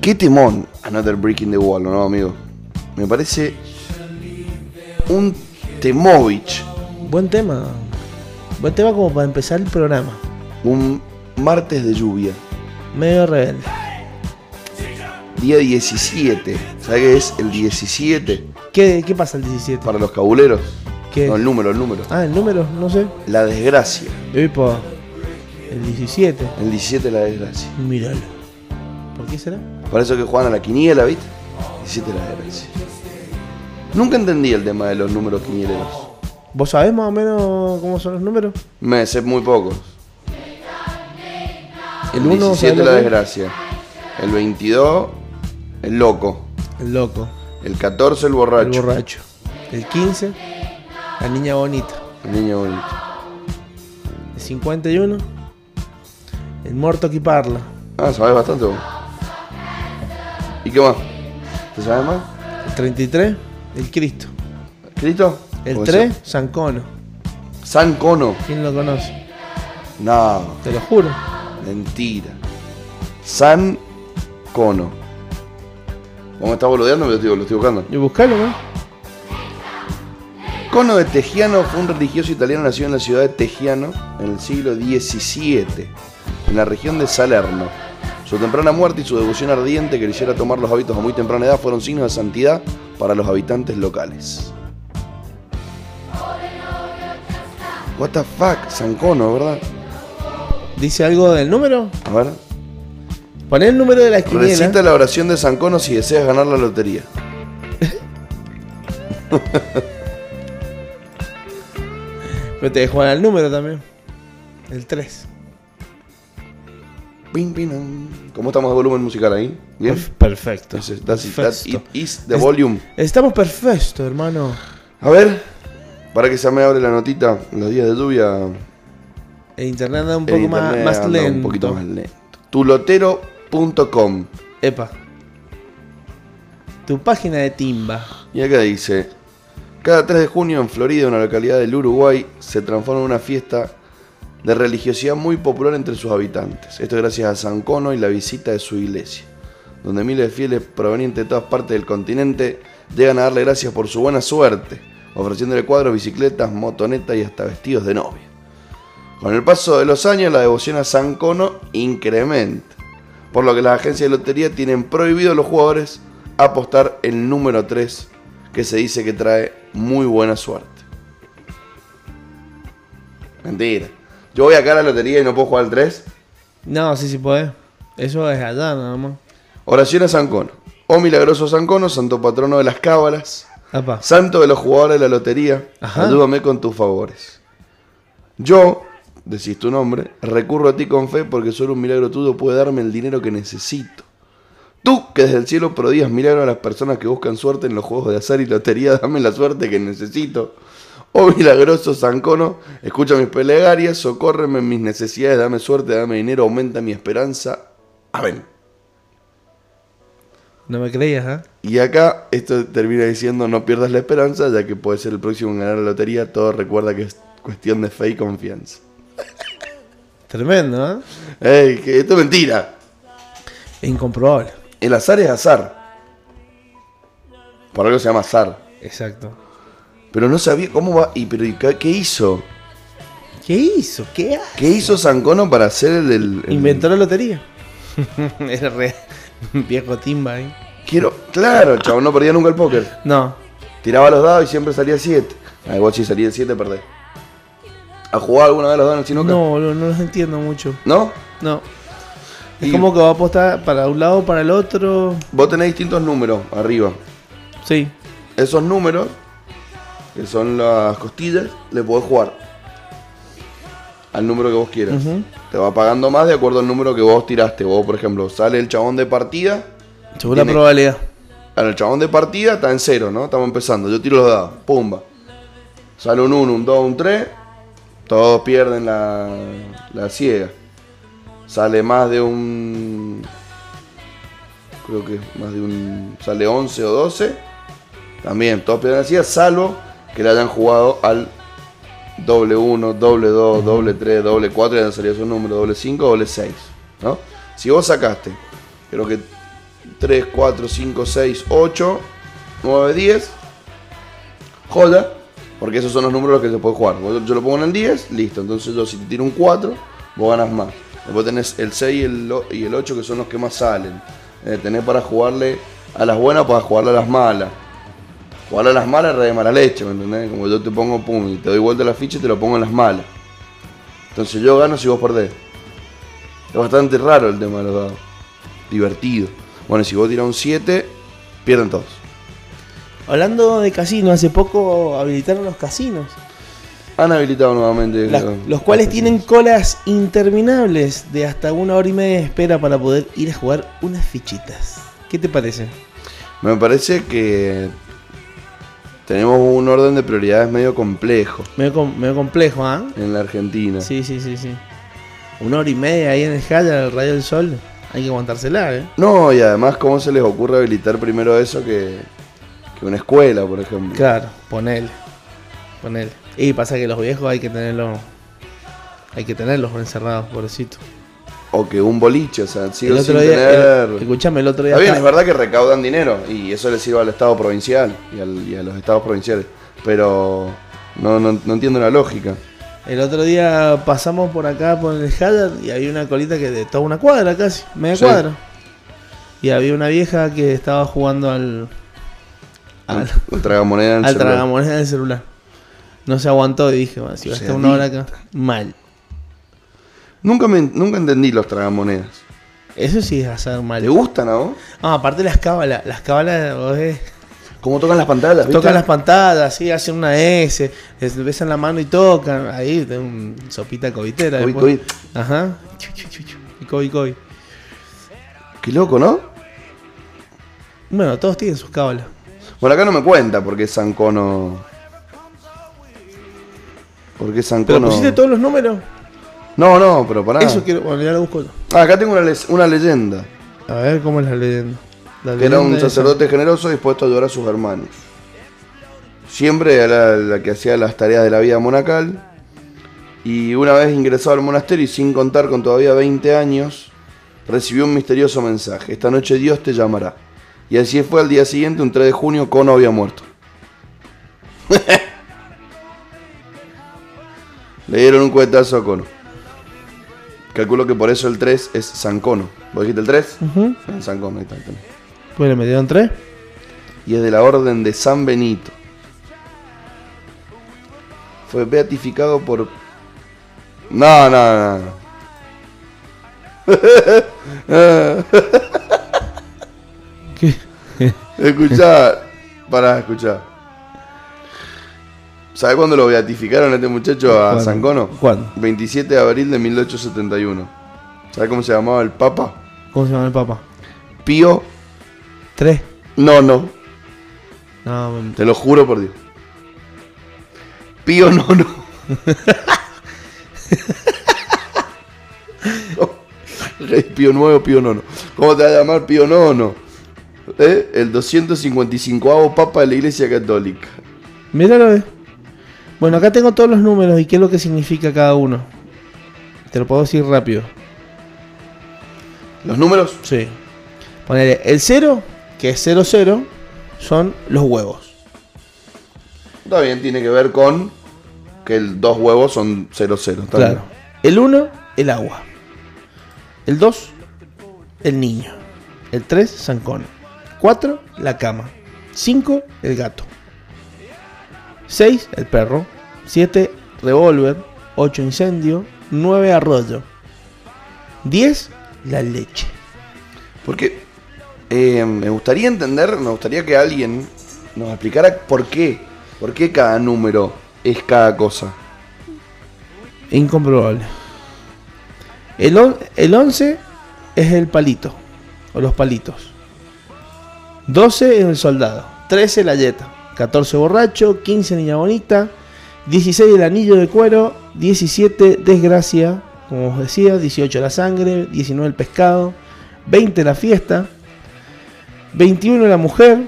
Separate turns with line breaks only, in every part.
Qué temón, Another Breaking the Wall, ¿no, amigo? Me parece un temovich,
Buen tema. Buen tema como para empezar el programa.
un martes de lluvia,
Medio rebelde.
día 17. ¿Sabes qué es el 17
¿Qué, qué pasa el 17?
para los cabuleros?
¿Qué?
No, el número, el número.
Ah, el número, no sé.
La desgracia.
Epa. El 17.
El 17 la desgracia.
Míralo. ¿Por qué será?
Por eso que juegan a la quiniela, ¿viste? 17 la desgracia. Nunca entendí el tema de los números quinieleros.
¿Vos sabés más o menos cómo son los números?
Me sé muy pocos. El
Uno,
17
¿sabes
la
lo que?
desgracia. El 22 el loco.
El loco.
El 14 el borracho.
El borracho. El 15. La niña bonita.
El niño bonito.
El 51. El muerto que parla.
Ah, sabes bastante vos. ¿Y qué más? ¿Te sabes más?
El 33. El Cristo.
¿Cristo?
El
¿O
3.
eso?
San Cono.
San Cono.
¿Quién lo conoce?
No,
Te lo juro.
mentira. San Cono. Vos me estás boludeando, pero te digo, lo estoy buscando.
Y buscalo, ¿no?
Cono de Tejiano fue un religioso italiano nacido en la ciudad de Tejiano en el siglo XVII, en la región de Salerno. Su temprana muerte y su devoción ardiente que le hiciera tomar los hábitos a muy temprana edad fueron signos de santidad para los habitantes locales. What the fuck, San Cono, ¿verdad?
¿Dice algo del número?
A ver.
Poné el número de la
Recita
quiniela.
la oración de San Cono si deseas ganar la lotería.
Pero te dejo el número también. El 3.
Pim, pim, pam. ¿Cómo estamos de volumen musical ahí? ¿Bien?
Perfecto.
Entonces, that's it, that
Perfecto.
it is the volume.
Estamos perfectos, hermano.
A ver, para que se me abre la notita, en los días de lluvia.
El internet anda un
el
poco más,
internet
más
anda
lento.
Un poquito más lento. Tulotero.com.
Epa. Tu página de timba.
Y acá dice: Cada 3 de junio en Florida, una localidad del Uruguay, se transforma en una fiesta de religiosidad muy popular entre sus habitantes. Esto gracias a San Cono y la visita de su iglesia, donde miles de fieles provenientes de todas partes del continente llegan a darle gracias por su buena suerte, ofreciéndole cuadros, bicicletas, motonetas y hasta vestidos de novia. Con el paso de los años, la devoción a San Cono incrementa, por lo que las agencias de lotería tienen prohibido a los jugadores apostar el número 3, que se dice que trae muy buena suerte. Mentira. Yo voy acá a la lotería y no puedo jugar al 3.
No, sí, sí podés. Eso es allá nada más.
Oración a San Cono. Oh milagroso San Cono, santo patrono de las cábalas,
Apa.
santo de los jugadores de la lotería,
Ajá.
ayúdame con tus favores. Yo, decís tu nombre, recurro a ti con fe porque solo un milagro tuyo puede darme el dinero que necesito. Tú, que desde el cielo prodigas milagros a las personas que buscan suerte en los juegos de azar y lotería, dame la suerte que necesito. Oh milagroso Sancono, escucha mis plegarias, socórreme en mis necesidades, dame suerte, dame dinero, aumenta mi esperanza. Amén.
No me creías, ¿ah?
Y acá esto termina diciendo no pierdas la esperanza, ya que puede ser el próximo en ganar la lotería. Todo recuerda que es cuestión de fe y confianza.
Tremendo, ¿ah?
¡Ey! que esto es mentira.
Incomprobable.
El azar es azar. Por algo se llama azar.
Exacto.
Pero no sabía cómo va. ¿Y pero ¿y qué, qué hizo?
¿Qué hizo? ¿Qué ha-
¿Qué hizo Sancono para hacer el, el- el-
Inventó la lotería. Era re viejo timba, ¿eh?
Quiero. Claro, chavo, no perdía nunca el póker.
No.
Tiraba los dados y siempre salía 7. Ay, vos si salía el 7, perdés. ¿A jugar alguna vez los dados en el sinoca?
No, boludo, no los entiendo mucho.
¿No?
No. Es
Y-
como que va a apostar para un lado, para el otro.
Vos tenés distintos números arriba.
Sí.
esos números, que son las costillas, le podés jugar al número que vos quieras.
Ujú.
Te va pagando más de acuerdo al número que vos tiraste. Vos, por ejemplo, sale el chabón de partida.
Según la
Tiene-
probabilidad.
Ahora, el chabón de partida está en cero, ¿no? Estamos empezando. Yo tiro los dados. Pumba. Sale un 1, un 2, un 3. Todos pierden la, la ciega. Sale más de un... Creo que más de un... Sale 11 o 12. También todos pierden la ciega, salvo que le hayan jugado al doble 1, doble 2, doble 3, doble 4. Y le han salido esos números, doble 5, doble 6. ¿No? Si vos sacaste, creo que 3, 4, 5, 6, 8, 9, 10. Joya, porque esos son los números los que se puede jugar. Vos- Yo lo pongo en el 10, listo. Entonces yo si te tiro un 4, vos ganas más. Después tenés el 6 y el, o- y el 8 que son los que más salen. Eh, tenés para jugarle a las buenas, para jugarle a las malas. Jugar a las malas es re de mala leche, ¿me entendés? Como yo te pongo pum y te doy vuelta la ficha y te lo pongo en las malas. Entonces yo gano si vos perdés. Es bastante raro el tema de los dados. Divertido. Bueno, si vos tirás un 7, pierden todos.
Hablando de casinos, hace poco habilitaron los casinos.
Han habilitado nuevamente.
Las-
los-
los cuales
las-
tienen colas interminables de hasta una hora y media de espera para poder ir a jugar unas fichitas. ¿Qué te parece?
Me parece que tenemos un orden de prioridades medio complejo
Medio, com- medio complejo, ¿ah?
en la Argentina.
Sí, sí, sí, sí. Una hora y media ahí en el Jaya, el rayo del sol. Hay que aguantársela, ¿eh?
No, y además, ¿cómo se les ocurre habilitar primero eso que, que una escuela, por ejemplo?
Claro, ponele. Ponele. Y pasa que los viejos hay que tenerlos. Hay que tenerlos encerrados, pobrecito.
O que un boliche, o sea, sigo
el
sin
otro día.
tener...
el- escuchame, el otro día.
Está bien, es
estaba-
verdad que recaudan dinero y eso le sirve al Estado provincial y, al- y a los Estados provinciales, pero no, no- no entiendo la lógica.
El otro día pasamos por acá por el Haddad y había una colita que de toda una cuadra casi, media
Sí.
cuadra. Y había una vieja que estaba jugando al. al,
El tragamoneda en
al
celular.
tragamonedas del celular. No se aguantó y dije, "Bueno, si va a
Se
estar una hora acá,
adicta.
mal.
Nunca, me, nunca entendí los tragamonedas.
Eso sí es hacer mal.
¿Te gustan a vos?
Ah, aparte las cábalas, las cábalas vos ves,
¿Cómo tocan las pantallas? ¿viste?
tocan las pantallas, sí, hacen una S, les besan la mano y tocan, ahí de un sopita covitera.
Covid,
después.
Covid.
Ajá. Chu, chu, chu, chu. Y COVID, COVID.
Qué loco, ¿no?
Bueno, todos tienen sus cábalas.
Bueno, acá no me cuenta porque Sanco no... Porque Sanco
Pero
no...
pusiste todos los números.
No, no, pero pará.
Eso quiero. Bueno, ya lo busco yo.
Ah, acá tengo una, le- una leyenda.
A ver cómo es la leyenda. La
Que era
leyenda
un
esa.
sacerdote generoso dispuesto a ayudar a sus hermanos. Siempre era la, la que hacía las tareas de la vida monacal. Y una vez ingresado al monasterio y sin contar con todavía 20 años, recibió un misterioso mensaje. Esta noche Dios te llamará. Y así fue al día siguiente, un 3 de junio, Cono había muerto. Le dieron un cuetazo a Cono. Calculo que por eso el 3 es San Cono. ¿Vos dijiste el 3?
Ujú.
En San Cono, ahí está, ahí está
Pues le metieron tres.
y es de la Orden de San Benito. Fue beatificado por... No, no, no. no.
¿Qué?
Escuchá, pará, escuchá. ¿Sabés cuándo lo beatificaron a este muchacho a
¿Cuándo?
Sancono?
¿Cuándo?
27 de abril de 1871. ¿Sabés cómo se llamaba el Papa?
¿Cómo se llama el papá?
Pío
Tres.
Nono.
No, me-
Te lo juro por Dios. Pío Nono. Pío Nuevo, Pío Nono. ¿Cómo te va a llamar Pío Nono? ¿Eh? El 255 Papa de la Iglesia Católica.
míralo, eh. Bueno, acá tengo todos los números y qué es lo que significa cada uno. Te lo puedo decir rápido.
¿Los números?
Sí. Ponele el 0, que es 0, 0, son los huevos.
Está bien, tiene que ver con que el dos huevos son 00. está bien.
Claro. El 1, el agua. El 2, el niño. El 3, zancón. 4, la cama. 5, el gato. 6, el perro. 7, revólver. 8, incendio. 9, arroyo. 10, la leche.
Porque eh, me gustaría entender, me gustaría que alguien nos explicara por qué. ¿Por qué cada número es cada cosa?
Incomprobable. El, on- el 11 es el palito. O los palitos. 12 es el soldado. 13 la yeta. 14 borracho. 15 niña bonita. 16 el anillo de cuero. 17 desgracia. Como os decía. 18 la sangre. 19 el pescado. 20 la fiesta. 21 la mujer.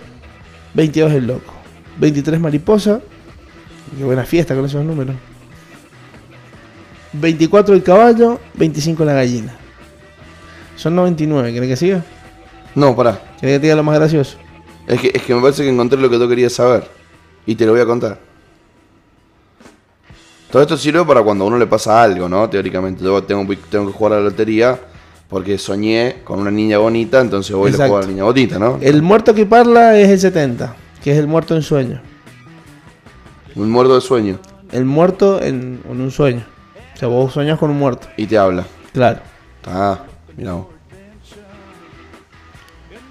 22 el loco. 23 mariposa. Qué buena fiesta con esos números. 24 el caballo, 25 la gallina. Son 99, ¿crees que siga?
No, pará.
¿Querés que te diga lo más gracioso?
Es que, es que me parece que encontré lo que tú querías saber. Y te lo voy a contar. Todo esto sirve para cuando a uno le pasa algo, ¿no? Teóricamente. Yo tengo, tengo que jugar a la lotería porque soñé con una niña bonita, entonces voy a
Exacto. Eh.
jugar a la niña bonita, ¿no?
El muerto que parla es el 70, que es el muerto en sueño.
Un muerto de sueño.
El muerto en, en un sueño. O sea, vos sueñas con un muerto.
Y te habla.
Claro.
Ah, mira vos.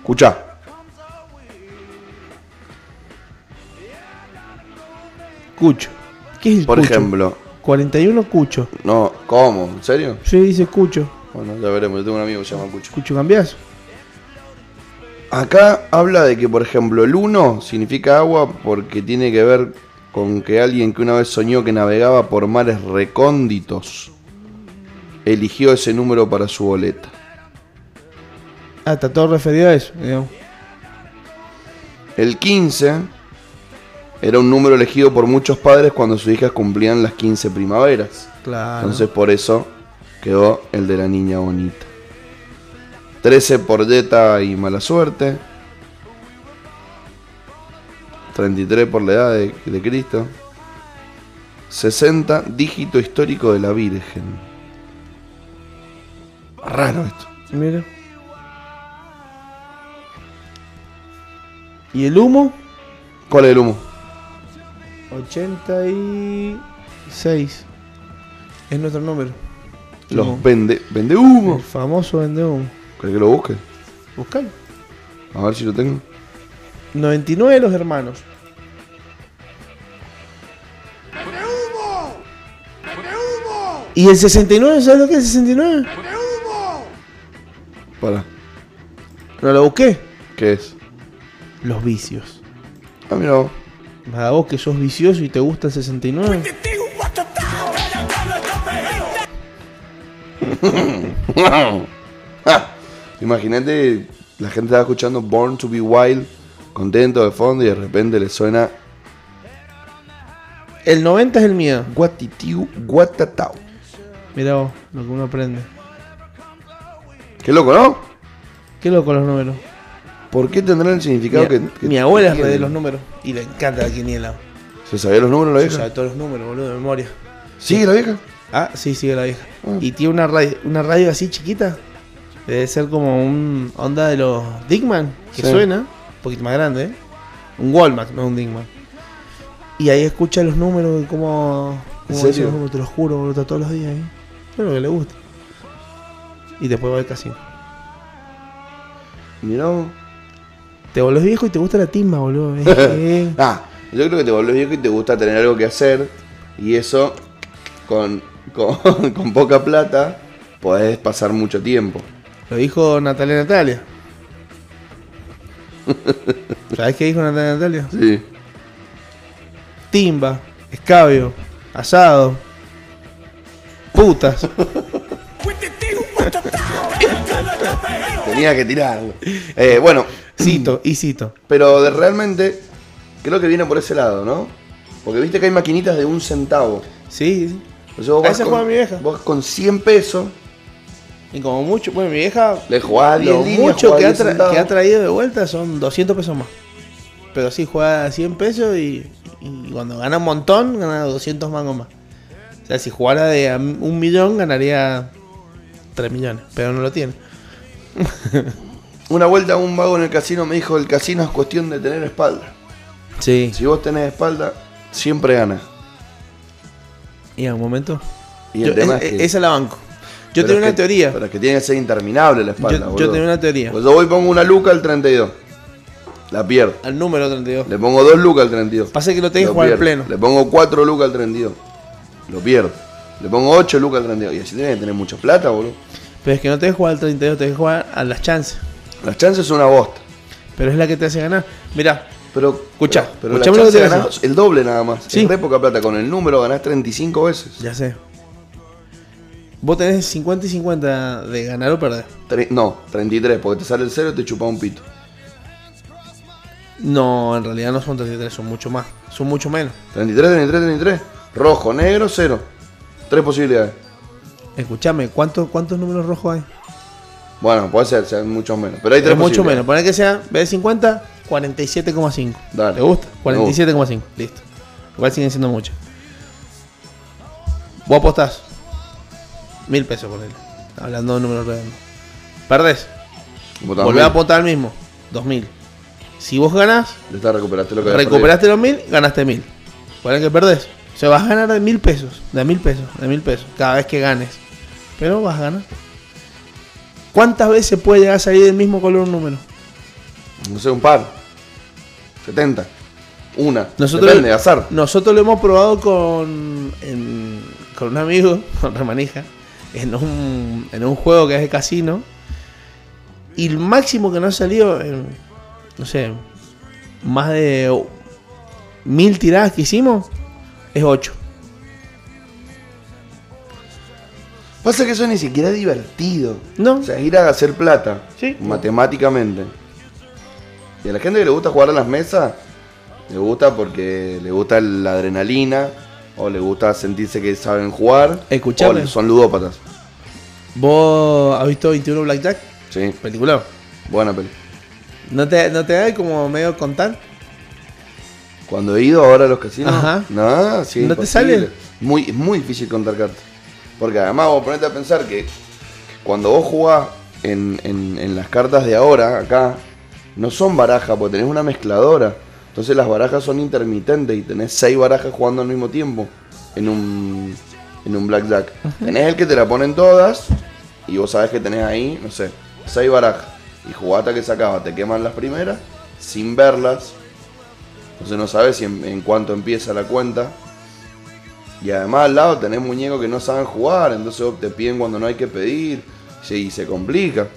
Escucha.
Cucho. ¿Qué es el
Por
cucho?
ejemplo.
41 cucho.
No, ¿cómo? ¿En serio?
Sí, dice cucho.
Bueno, ya veremos. Yo tengo un amigo que se llama Cucho.
Cucho cambiazo.
Acá habla de que, por ejemplo, el 1 significa agua porque tiene que ver con que alguien que una vez soñó que navegaba por mares recónditos eligió ese número para su boleta.
Ah, está todo referido a eso. digamos.
El 15 era un número elegido por muchos padres cuando sus hijas cumplían las 15 primaveras.
Claro.
Entonces por eso quedó el de la niña bonita. 13 por Jetta y mala suerte. 33 por la edad de, de Cristo. 60 dígito histórico de la Virgen. Raro esto.
Mira. ¿Y el humo?
¿Cuál es el humo?
86. Es nuestro número.
Los
Humo.
vende. ¿Vende humo?
El famoso vende humo.
¿Crees que lo busque?
Buscalo.
A ver si lo tengo.
99 de los hermanos. ¿Y el 69? ¿Sabes lo que es el 69?
Para.
No lo busqué.
¿Qué es?
Los vicios.
Ah, mira. vos.
Para vos que sos vicioso y te gusta el 69.
Ah, Imagínate, la gente estaba escuchando Born to be Wild, contento de fondo, y de repente le suena
El 90 es el miedo.
Guatitiu Guatatau.
Mirá vos, lo que uno aprende.
Qué loco, ¿no?
Qué loco los números.
¿Por qué tendrán el significado
mi,
que, que-
mi abuela es re de
tienen?
los números. Y le encanta la quiniela.
¿Se sabía los números la
O
vieja?
sea, todos los números, boludo, de memoria.
¿Sigue la vieja?
Ah, sí, sigue la vieja.
Ah.
Y tiene una radio, una radio así chiquita. Debe ser como un onda de los Digman, que
Sí.
suena. Un poquito más grande, ¿eh? Un Walmart, no un Digman. Y ahí escucha los números y cómo...
¿En
cómo
serio?
dicen los números, te los juro, boludo, está todos los días ahí. Es lo que le gusta. Y después va al casino.
Mirá. vos.
Te volvés viejo y te gusta la timba, boludo. ¿eh? Es que-
Ah, yo creo que te volvés viejo y te gusta tener algo que hacer. Y eso, con, con, con poca plata, podés pasar mucho tiempo.
Lo dijo Natalia Natalia. ¿Sabés qué dijo Natalia Natalia?
Sí.
Timba, escabio, asado, putas.
Tenía que tirarlo. Eh, bueno,
Cito, y cito.
Pero de- realmente creo que viene por ese lado, ¿no? Porque viste que hay maquinitas de un centavo.
Sí, sí.
O sea, vos vas
A Ah, esa
con-
juega mi vieja.
Vos con 100 pesos
Y como mucho, bueno, mi vieja,
le jugás a 10
lo
líneas,
mucho
jugás
que ha,
10
tra-
centavos.
que ha traído de vuelta son 200 pesos más. Pero sí, juega a 100 pesos y, y cuando gana un montón, gana 200 mangos más. O sea, si jugara de a un millón, ganaría 3 millones, pero no lo tiene.
Una vuelta un vago en el casino me dijo, el casino es cuestión de tener espalda.
Sí.
Si vos tenés espalda, siempre ganas.
Y a un momento.
Y el
Yo-
tema
es-
es que-
es- esa la banco.
Pero
Yo tenía
es
una
que-
teoría.
Pero es que tiene que ser interminable la espalda,
Yo- yo
boludo.
tenía una teoría.
Pues yo voy y pongo una luca al 32. La pierdo.
Al número 32.
Le pongo dos lucas al 32.
Pasa que lo tenés que
Lo
jugar al
pierdo.
pleno.
Le pongo 4 lucas al 32. Lo pierdo. Le pongo 8 lucas al 32. Y así tenés que tener mucha plata, boludo.
Pero es que no te que jugar al 32, te que jugar a las chances.
Las chances son una bosta.
Pero es la que te hace ganar. Mirá,
Pero.
Escuchá,
pero- pero
escuchame
las
lo que te
chances
voy a
ganás el doble nada más.
Sí.
Es re poca plata. Con el número ganás 35 veces.
ya sé. Vos tenés 50 y 50 de ganar o perder.
Tre- no, 33. Porque te sale el 0 y te chupa un pito.
No, en realidad no son 33, son mucho más. Son mucho menos.
33, 33, 33. Rojo, negro, 0. Tres posibilidades.
Escuchame, ¿cuántos, ¿cuántos números rojos hay?
Bueno, puede ser, sean muchos menos. Pero hay tres
es mucho
posibilidades.
menos. Poner que sea, en vez de 50, 47,5.
Dale.
¿Te gusta?
Me gusta.
47,5. Listo. Igual siguen siendo muchas. Vos apostás. Mil pesos por él. Hablando de números redondos. Perdés.
Como también,
Volvés a apostar al mismo. 2000. Si vos ganás,
ya está, recuperaste lo que habías
recuperaste los mil, ganaste mil. Poner que perdés. O sea, vas a ganar de mil pesos. De mil pesos. De mil pesos. Cada vez que ganes. Pero vas a ganar. ¿Cuántas veces puede llegar a salir del mismo color un número?
perdido. No sé, un par. 70. Una.
Nosotros-
Depende, azar.
Nosotros lo hemos probado con, en- con un amigo, con Remanija, en un, en un juego que es de casino. Y el máximo que nos salió, en, no sé, más de mil tiradas que hicimos, es 8.
Pasa que eso ni siquiera es divertido.
No.
O sea, ir a hacer plata.
Sí.
Matemáticamente. Y a la gente que le gusta jugar a las mesas, le gusta porque le gusta la adrenalina. O le gusta sentirse que saben jugar.
Escuchame.
O son ludópatas.
¿Vos has visto 21 Blackjack?
Sí.
Película.
Buena peli.
¿No te, no te da como medio contar?
Cuando he ido ahora a los casinos,
Ajá.
no, Ah, sí,
¿No te
imposible.
sale?
Muy, es muy difícil contar cartas. Porque además vos ponete a pensar que cuando vos jugás en, en- en las cartas de ahora, acá, no son barajas, porque tenés una mezcladora. Entonces las barajas son intermitentes y tenés seis barajas jugando al mismo tiempo en un, en un blackjack. Tenés el que te la ponen todas y vos sabés que tenés ahí, no sé, seis barajas. Y jugás hasta que se acaba, te queman las primeras sin verlas. Entonces no sabes si en, en cuánto empieza la cuenta. Y además al lado tenés muñecos que no saben jugar, entonces vos te piden cuando no hay que pedir. sí, Y se complica.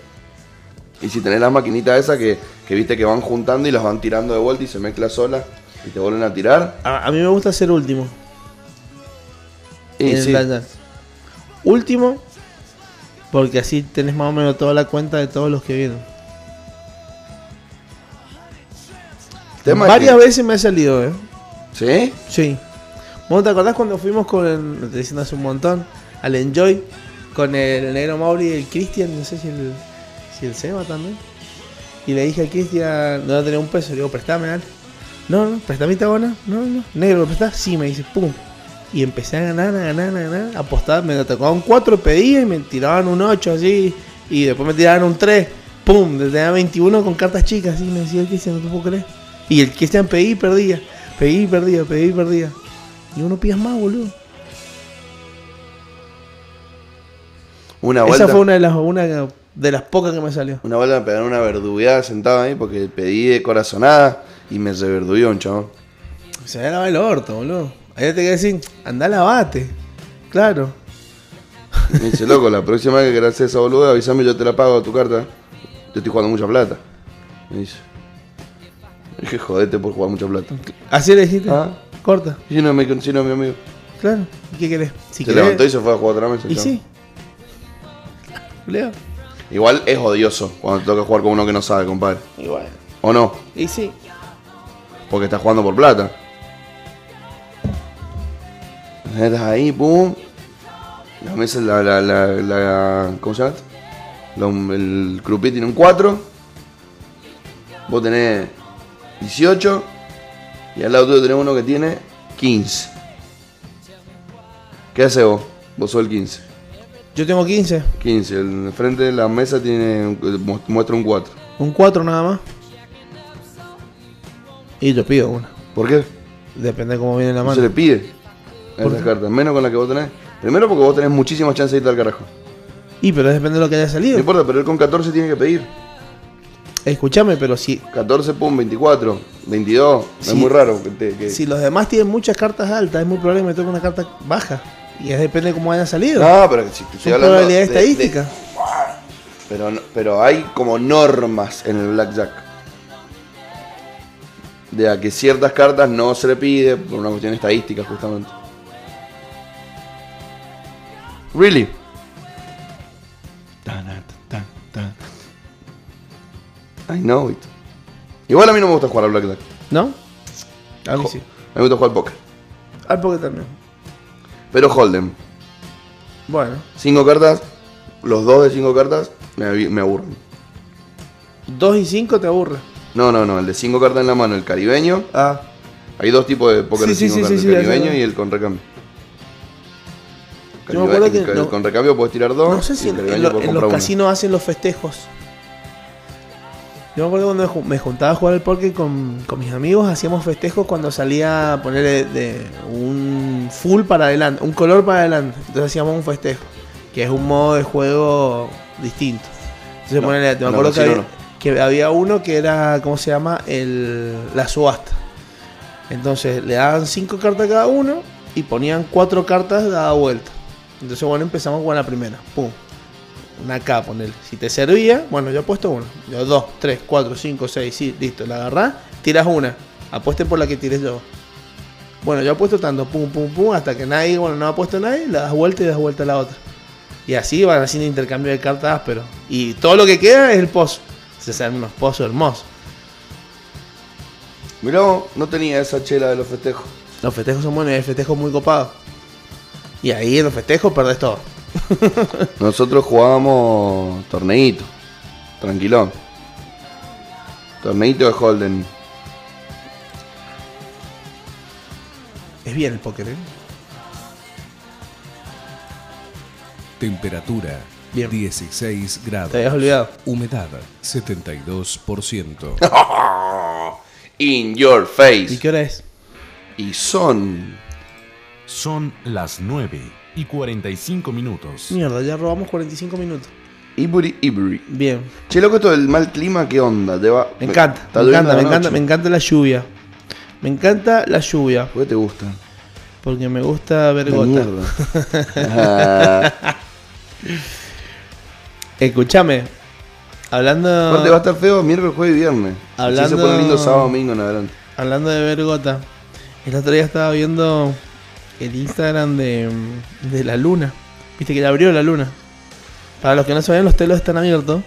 Y si tenés las maquinitas esas que, que viste que van juntando y las van tirando de vuelta y se mezcla sola y te vuelven a tirar.
A, a mí me gusta ser último.
Y
en
sí,
Blackjack. Último, porque así tenés más o menos toda la cuenta de todos los que vienen.
tema es
Varias
que-
veces me ha salido, eh.
¿Sí?
Sí. ¿Vos te acordás cuando fuimos con, el- te diciendo hace un montón, al Enjoy, con el negro Mauri y el Cristian, no sé si el, si el Seba también? Y le dije al Cristian, no tenía un peso, le digo, prestame, dale. No, no, prestame esta buena, no, no, negro, ¿me prestás? Sí, me dice, pum. Y empecé a ganar, a ganar, a ganar, a apostar, me tocaban cuatro pedía y me tiraban un 8 así, y después me tiraban un 3, pum, tenía 21 con cartas chicas, así, me decía el Cristian, no te puedo creer. Y el Cristian pedí y perdía, pedí y perdía, pedí y perdía. Y uno pidas más, boludo.
Una vuelta.
Esa fue una de las, una de las pocas que me salió.
Una vuelta me pegaron una verdugueada sentado ahí porque pedí de corazonada y me reverdugueó un chabón.
Se había lavado el orto, boludo. Ahí te quedé decir, anda lavate. Claro.
Me dice, loco, la próxima vez que quieras hacer esa boluda, avísame, yo te la pago tu carta. Yo estoy jugando mucha plata. Me dice. Dije, jodete por jugar mucha plata.
Así le dijiste.
Ah.
Corta,
Y no me consigo mi amigo.
claro. ¿Y qué querés? Si
se
querés-
levantó y se fue a jugar otra mesa.
Y
chao.
sí. Leo.
Igual es odioso cuando te toca jugar con uno que no sabe, compadre.
Igual.
¿O no?
Y sí.
Porque estás jugando por plata. Estás ahí, pum. La mesa, la, la, la, la- ¿Cómo se llama? La- el crupé tiene un 4. Vos tenés 18. Y al lado tuyo tenés uno que tiene 15. ¿Qué haces vos? Vos sos el 15.
Yo tengo 15.
15. El frente de la mesa tiene mu- muestra un 4.
Un 4 nada más. Y yo pido una.
¿Por qué?
Depende de cómo viene la
No se le
mano.
pide a
¿Por
esas
qué?
cartas, menos con las que vos tenés. Primero porque vos tenés muchísimas chances de irte al carajo.
Y pero depende de lo que haya
No
salido.
importa, pero él con 14 tiene que pedir.
Escúchame, pero si,
14, pum, 24, 22. No
Sí.
es muy raro que te- que-
si los demás tienen muchas cartas altas, es muy probable que me toque una carta baja. Y es depende de cómo haya salido.
No, pero si te estoy
Son
hablando.
probabilidades
de- de-
estadísticas.
pero, no- pero hay como normas en el blackjack. De a que ciertas cartas no se le pide por una cuestión estadística, justamente. Really? I know it. Igual a mí no me gusta jugar al blackjack.
¿No? A mí
Jo-
sí.
A mí me gusta jugar al póker.
Al porque también.
Pero Holden.
Bueno.
Cinco cartas. Los dos de cinco cartas. Me, avi- me aburren.
2 y 5 te aburre.
No, no, no, el de 5 cartas en la mano, el caribeño.
Ah.
Hay dos tipos de póker
Sí,
de
sí,
5
sí,
cartas,
sí,
el
sí, ya sé.
caribeño y el con recambio.
Yo me acuerdo
Caribe-
que
el-
no-
Con recambio puedes tirar dos.
No sé si
y el
en, en
caribeño
lo-
podés
en
comprar
los
uno.
casinos hacen los festejos. Yo me acuerdo cuando me ju- me juntaba a jugar al póker con, con mis amigos, hacíamos festejos cuando salía a poner de, de un full para adelante, un color para adelante. Entonces hacíamos un festejo, que es un modo de juego distinto. Entonces
No,
ponele, te me
no,
acuerdo que,
casino
había, que había uno que era, ¿cómo se llama? El, la subasta. Entonces le daban cinco cartas a cada uno y ponían cuatro cartas dada vuelta. Entonces, bueno, empezamos con la primera. Pum. Una K, ponele. Si te servía, bueno, yo apuesto una. Yo dos, tres, cuatro, cinco, seis, sí, listo. La agarrás, tiras una. Apueste por la que tires yo. Bueno, yo apuesto tanto, pum, pum, pum, hasta que nadie, bueno, no ha puesto nadie, la das vuelta y das vuelta a la otra. Y así van haciendo intercambio de cartas áspero. Y todo lo que queda es el pozo. Se salen unos pozos hermosos.
Mirá, vos, no tenía esa chela de los festejos.
Los festejos son buenos, hay festejos muy copados. Y ahí en los festejos perdés todo.
Nosotros jugábamos torneito. Tranquilón. Torneito de Holden.
Es bien el póker, ¿eh?
Temperatura
Bien.
16 grados.
Te habías olvidado.
Humedad 72%.
In your face.
¿Y
Y,
qué hora es?
son.
Son las 9 y 45 minutos.
Mierda, ya robamos 45 minutos.
Iburi Iburi.
Bien.
Che, loco, esto del mal clima, ¿qué onda? Te va,
Me encanta,
está
me
durmiendo la
encanta, me encanta,
noche.
me encanta la lluvia. Me encanta la lluvia.
¿Por qué te gusta?
Porque me gusta ver
La
gotas.
mierda. Ah,
Escúchame.
Aparte va a
Hablando,
estar feo miércoles, jueves y viernes. Hablando... Se
Hablando-
pone lindo sábado, domingo en adelante.
hablando de ver gotas. El otro día estaba viendo el Instagram de, de la luna. Viste que le abrió la luna. Para los que no saben, los telos están abiertos.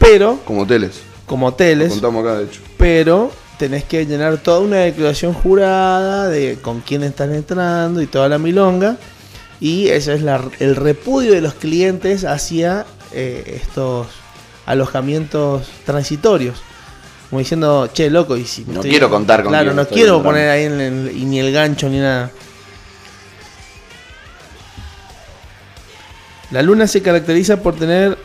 Pero,
Como hoteles.
como
Lo
hoteles,
contamos acá, de hecho.
pero tenés que llenar toda una declaración jurada de con quién estás entrando y toda la milonga. Y eso es la- el repudio de los clientes hacia eh, estos alojamientos transitorios. Como diciendo, che, loco, y si me
No quiero contar con
Claro,
quién
no
estoy
quiero
entrando.
poner ahí en el- y ni el gancho ni nada. La luna se caracteriza por tener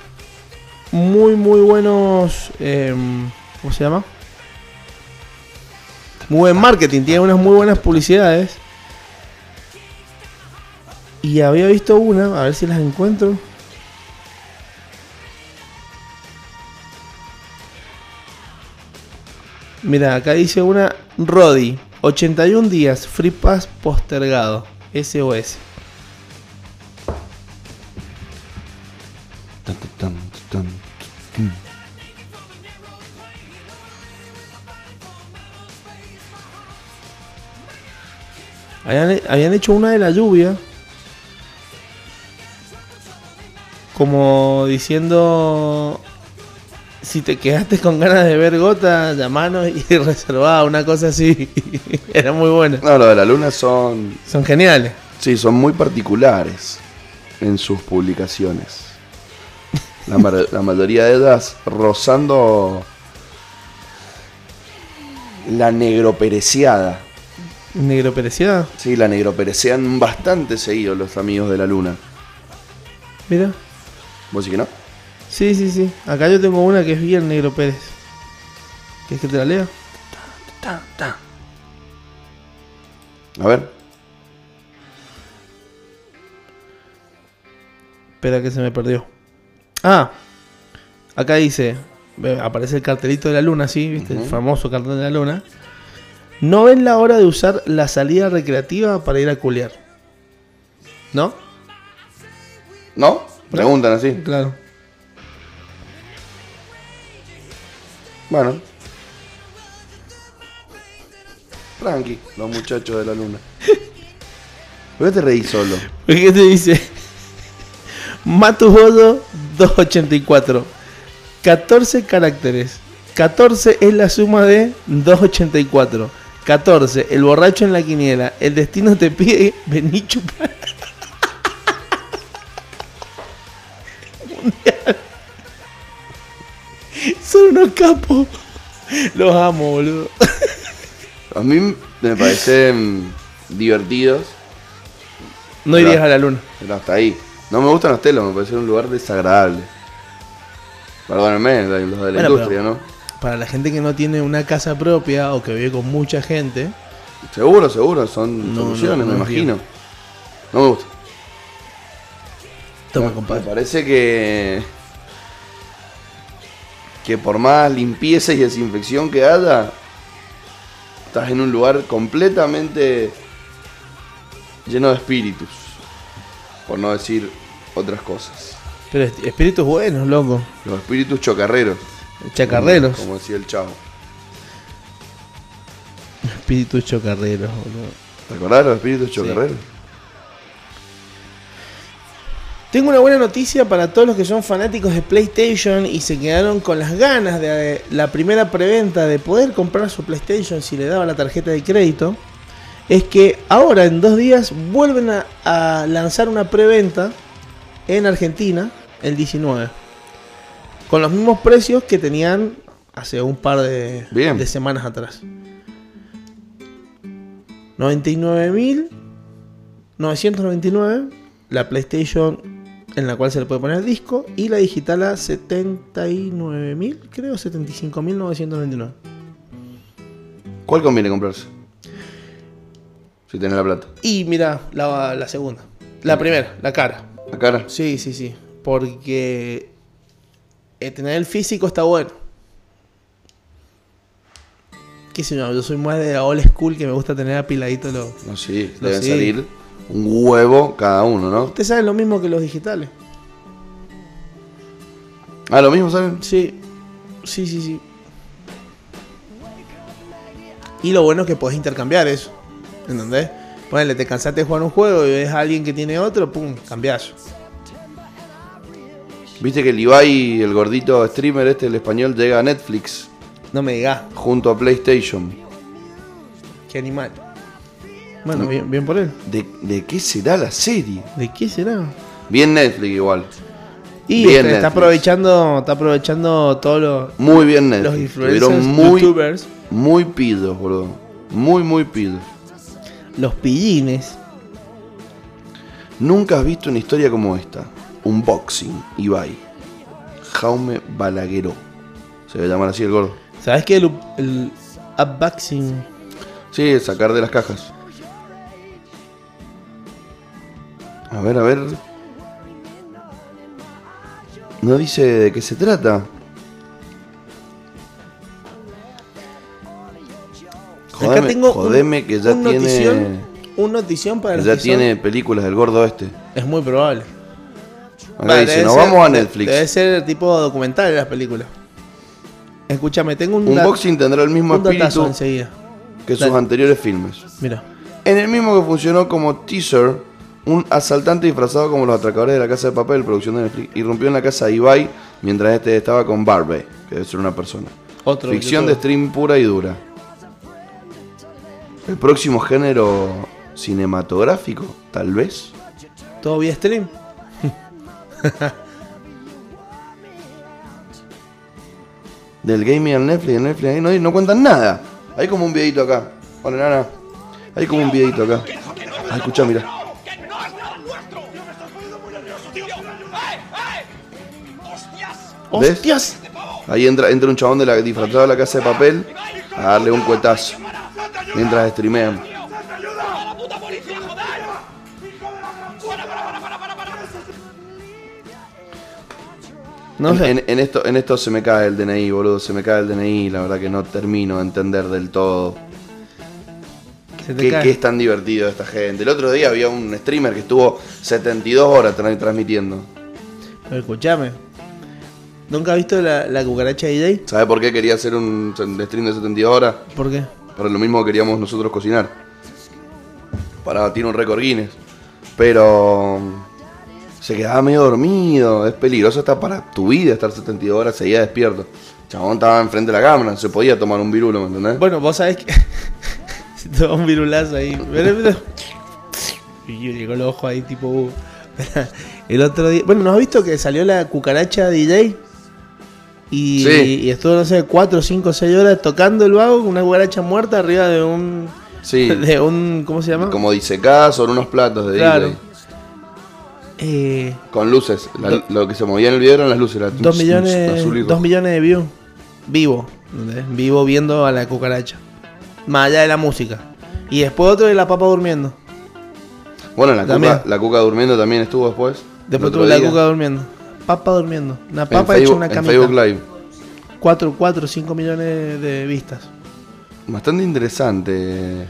muy, muy buenos. em, ¿Cómo se llama? Muy buen marketing, tiene unas muy buenas publicidades. Y había visto una, a ver si las encuentro. Mira, acá dice una Roddy, 81 días, free pass postergado, SOS.
Tan, tan, tan, tan, tan.
Habían, habían hecho una de la lluvia. Como diciendo. Si te quedaste con ganas de ver gota, llamanos y reservá, una cosa así. Era muy buena.
No, lo de la luna son.
Son geniales.
Sí, son muy particulares en sus publicaciones. La, mar- la mayoría de ellas rozando la negropereciada.
Negro ah? pereciada.
Sí, la negroperecean bastante seguido los amigos de la luna.
Mira.
¿Vos sí que no?
Sí, sí, sí. Acá yo tengo una que es bien negro Pérez. ¿Quieres que te la lea?
A ver.
Espera que se me perdió. Ah, acá dice, ve, aparece el cartelito de la luna, sí, viste, el famoso cartel de la luna. No ven la hora de usar la salida recreativa para ir a culear. ¿No?
¿No? Preguntan así.
Claro.
Bueno. Tranqui, los muchachos de la luna. ¿Por qué te reís solo?
¿Qué te dice? Matu Bodo 284. 14 caracteres. 14 es la suma de 284. 14, el borracho en la quiniela. El destino te pide vení chupar. Mundial. Son unos capos. Los amo, boludo.
A mí me parecen divertidos,
No irías a la luna.
pero hasta ahí. No me gustan los telos, me parecen un lugar desagradable. Perdónenme, los de la
Bueno,
industria,
pero-
¿no?
Para la gente que no tiene una casa propia o que vive con mucha gente,
Seguro, seguro, son
No,
soluciones,
no, no
me
es bien.
imagino. No me gusta.
toma,
Me- Me
compadre.
parece que. que por más limpieza y desinfección que haya, estás en un lugar completamente lleno de espíritus. Por no decir otras cosas.
Pero est- espíritus buenos, loco.
Los espíritus chocarreros.
Chacarreros.
Como decía el chavo.
Espíritus chocarreros, boludo.
¿Te acordás de los espíritus chocarreros?
Tengo una buena noticia para todos los que son fanáticos de PlayStation y se quedaron con las ganas de eh, la primera preventa de poder comprar su PlayStation si le daba la tarjeta de crédito. Es que ahora en dos días vuelven a, a lanzar una preventa en Argentina el 19. Con los mismos precios que tenían hace un par de,
Bien.
de semanas atrás. 99.999 la PlayStation en la cual se le puede poner disco y la digital a 79.000, creo 75.999.
¿Cuál conviene comprarse? Si tenés la plata.
Y mira, la, la segunda, la primera, la cara.
La cara.
Sí, sí, sí, porque eh, tener el físico está bueno. Qué sé yo, yo soy más de la old school que me gusta tener apiladito los...
No, sí.
No,
Deben
sí.
salir un huevo cada uno, ¿no?
Ustedes saben lo mismo que los digitales.
Ah, lo mismo, ¿saben?
Sí, sí, sí, sí. Y lo bueno es que podés intercambiar eso. ¿Entendés? Ponele, te cansaste de jugar un juego y ves a alguien que tiene otro, pum, cambiás.
Viste que el Ibai, el gordito streamer este, el español, llega a Netflix
No me digas,
junto a PlayStation.
qué animal. Bueno, bien, bien por él.
¿De, de qué será la serie?
¿De qué será?
Bien Netflix igual.
Y este,
Bien,
está, está
Netflix.
aprovechando, está aprovechando todos los,
Muy bien
los
Netflix.
influencers,
Estuvieron muy,
youtubers,
muy pidos, boludo. Muy, muy pidos.
los pillines.
Nunca has visto una historia como esta. Unboxing, Ibai. Jaume Balagueró. Se debe llamar así el gordo.
¿Sabes qué? El, el unboxing.
Sí, sacar de las cajas. A ver, a ver. No dice de qué se trata. Jodeme,
Acá tengo un-
jodeme que ya
un
tiene
notición, un notición para
que
los
ya
que
tiene películas del gordo este.
son- Es muy probable.
Acá
Vale,
dice,
debe
nos
ser-
vamos a
de-
Netflix.
Debe ser tipo documental las películas. Escúchame, tengo un,
un
dat-
boxing tendrá el mismo
un datazo
espíritu
enseguida.
que sus
Dale.
anteriores filmes.
Mira,
En el mismo que funcionó como teaser, un asaltante disfrazado como los atracadores de la casa de papel, producción de Netflix, irrumpió en la casa de Ibai mientras este estaba con Barbie, que debe ser una persona.
otro.
Ficción de
youtuber.
stream pura y dura. El próximo género cinematográfico, tal vez. este-
Todo vía stream.
Del gaming al Netflix, el Netflix ahí no, no cuentan nada. Hay como un videito acá. Hola, nana. Hay como un videito acá. Ah, escuchá, mira.
¡Que no es nada nuestro! ¡Tío, me estás poniendo muy nervioso, tío! ¡Ay, ay! ¡Hostias!
¿Ves?
¡Hostias!
Ahí entra, entra un chabón de la, disfrazado de la casa de papel a darle un cuetazo
¡Santa ayuda!
mientras streamean.
¡Tío! ¡Santa ayuda! ¡A la puta policía, joder! ¡Hijo de la gran puta! ¡Para, para, para, para, para!
No
En-
sé.
en, en esto, en esto se me cae el DNI, boludo, se me cae el DNI, la verdad que no termino de entender del todo
se te
qué,
cae.
qué es tan divertido de esta gente. El otro día había un streamer que estuvo 72 horas tra- transmitiendo.
Pero Escúchame. ¿Nunca has visto la, la cucaracha DJ?
¿Sabe por qué quería hacer un stream de 72 horas?
¿Por qué?
Para lo mismo que queríamos nosotros cocinar. Para batir un récord Guinness. Pero mm, se quedaba medio dormido. Es peligroso hasta para tu vida estar 72 horas seguidas despierto. Chabón estaba enfrente de la cámara, se podía tomar un virulo, ¿me entendés?
Bueno, vos sabés que. se te va un virulazo ahí. Pero- pero- Y yo llegó el ojo ahí, tipo. uh. El otro día. Bueno, ¿no has visto que salió la cucaracha DJ? Y,
Sí.
y estuvo, no sé, 4, 5, 6 horas tocando el vago con una guaracha muerta arriba de un.
Sí.
De un ¿Cómo se llama?
Como dice acá, sobre unos platos de
Claro.
DJ.
Eh,
Con luces. La-
Do-
lo que se movía en el video eran las luces. Era tss,
2
tss,
millones,
azulito.
dos millones de views. Vivo. ¿entendés? Vivo viendo a la cucaracha. Más allá de la música. Y después otro de la papa durmiendo.
Bueno, la
También.
cuca, la cuca durmiendo también estuvo después.
Después
el otro
tuve la
día.
cuca durmiendo. Papa durmiendo. Una
En
papa hecha
Facebook,
una
en Facebook
camita.
Live.
4, 4, 5 millones de vistas.
Bastante interesante.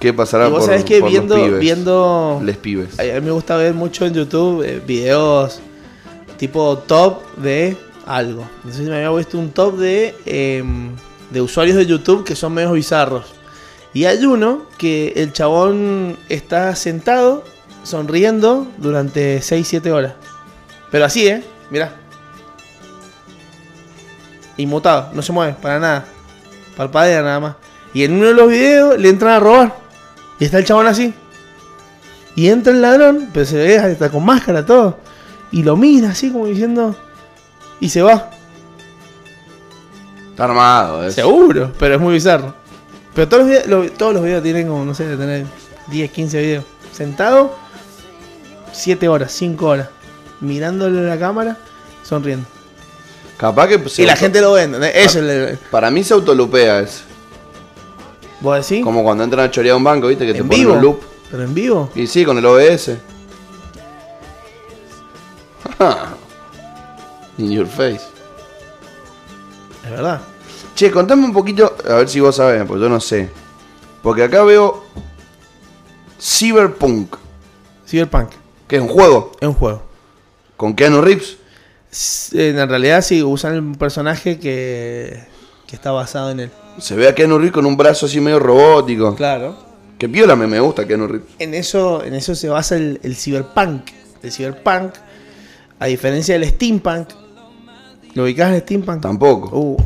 ¿Qué pasará
Y vos
por,
sabés que
por
viendo,
los pibes?
viendo
Les pibes.
A a mí me gusta ver mucho en YouTube eh, videos tipo top de algo. No sé si me había visto un top de, em, de usuarios de YouTube que son medios bizarros. Y hay uno que el chabón está sentado sonriendo durante 6-7 horas. Pero así, ¿eh? Mirá. Inmutado, no se mueve para nada. Parpadea nada más. Y en uno de los videos le entran a robar. Y está el chabón así. Y entra el ladrón, pero se ve hasta con máscara todo. Y lo mira así como diciendo. Y se va.
Está armado, es.
Seguro, pero es muy bizarro. Pero todos los videos, lo- todos los videos tienen como, no sé, de tener 10, 15 videos. Sentado, 7 horas, 5 horas. Mirándole a la cámara, sonriendo.
Capaz que. se
y la
auto-
gente lo ve, ¿entendés? Eso es el-
Para mí se autolupea es.
¿Vos decís?
Como cuando entran a chorear a un banco, viste, que te
en
ponen
vivo.
un loop.
Pero en vivo.
Y sí, con el OBS. In your face.
Es verdad.
Che, contame un poquito, a ver si vos sabés, porque yo no sé. Porque acá veo Cyberpunk,
Cyberpunk.
que es un juego,
Es un juego.
con Keanu Reeves.
S- En realidad sí, usan un personaje que, que está basado en él.
Se ve a Keanu Reeves con un brazo así medio robótico.
Claro.
Que piola, me, me gusta Keanu Reeves.
En eso, en eso se basa el, el cyberpunk. El cyberpunk, a diferencia del steampunk. ¿Lo ubicás el steampunk?
Tampoco.
Uh.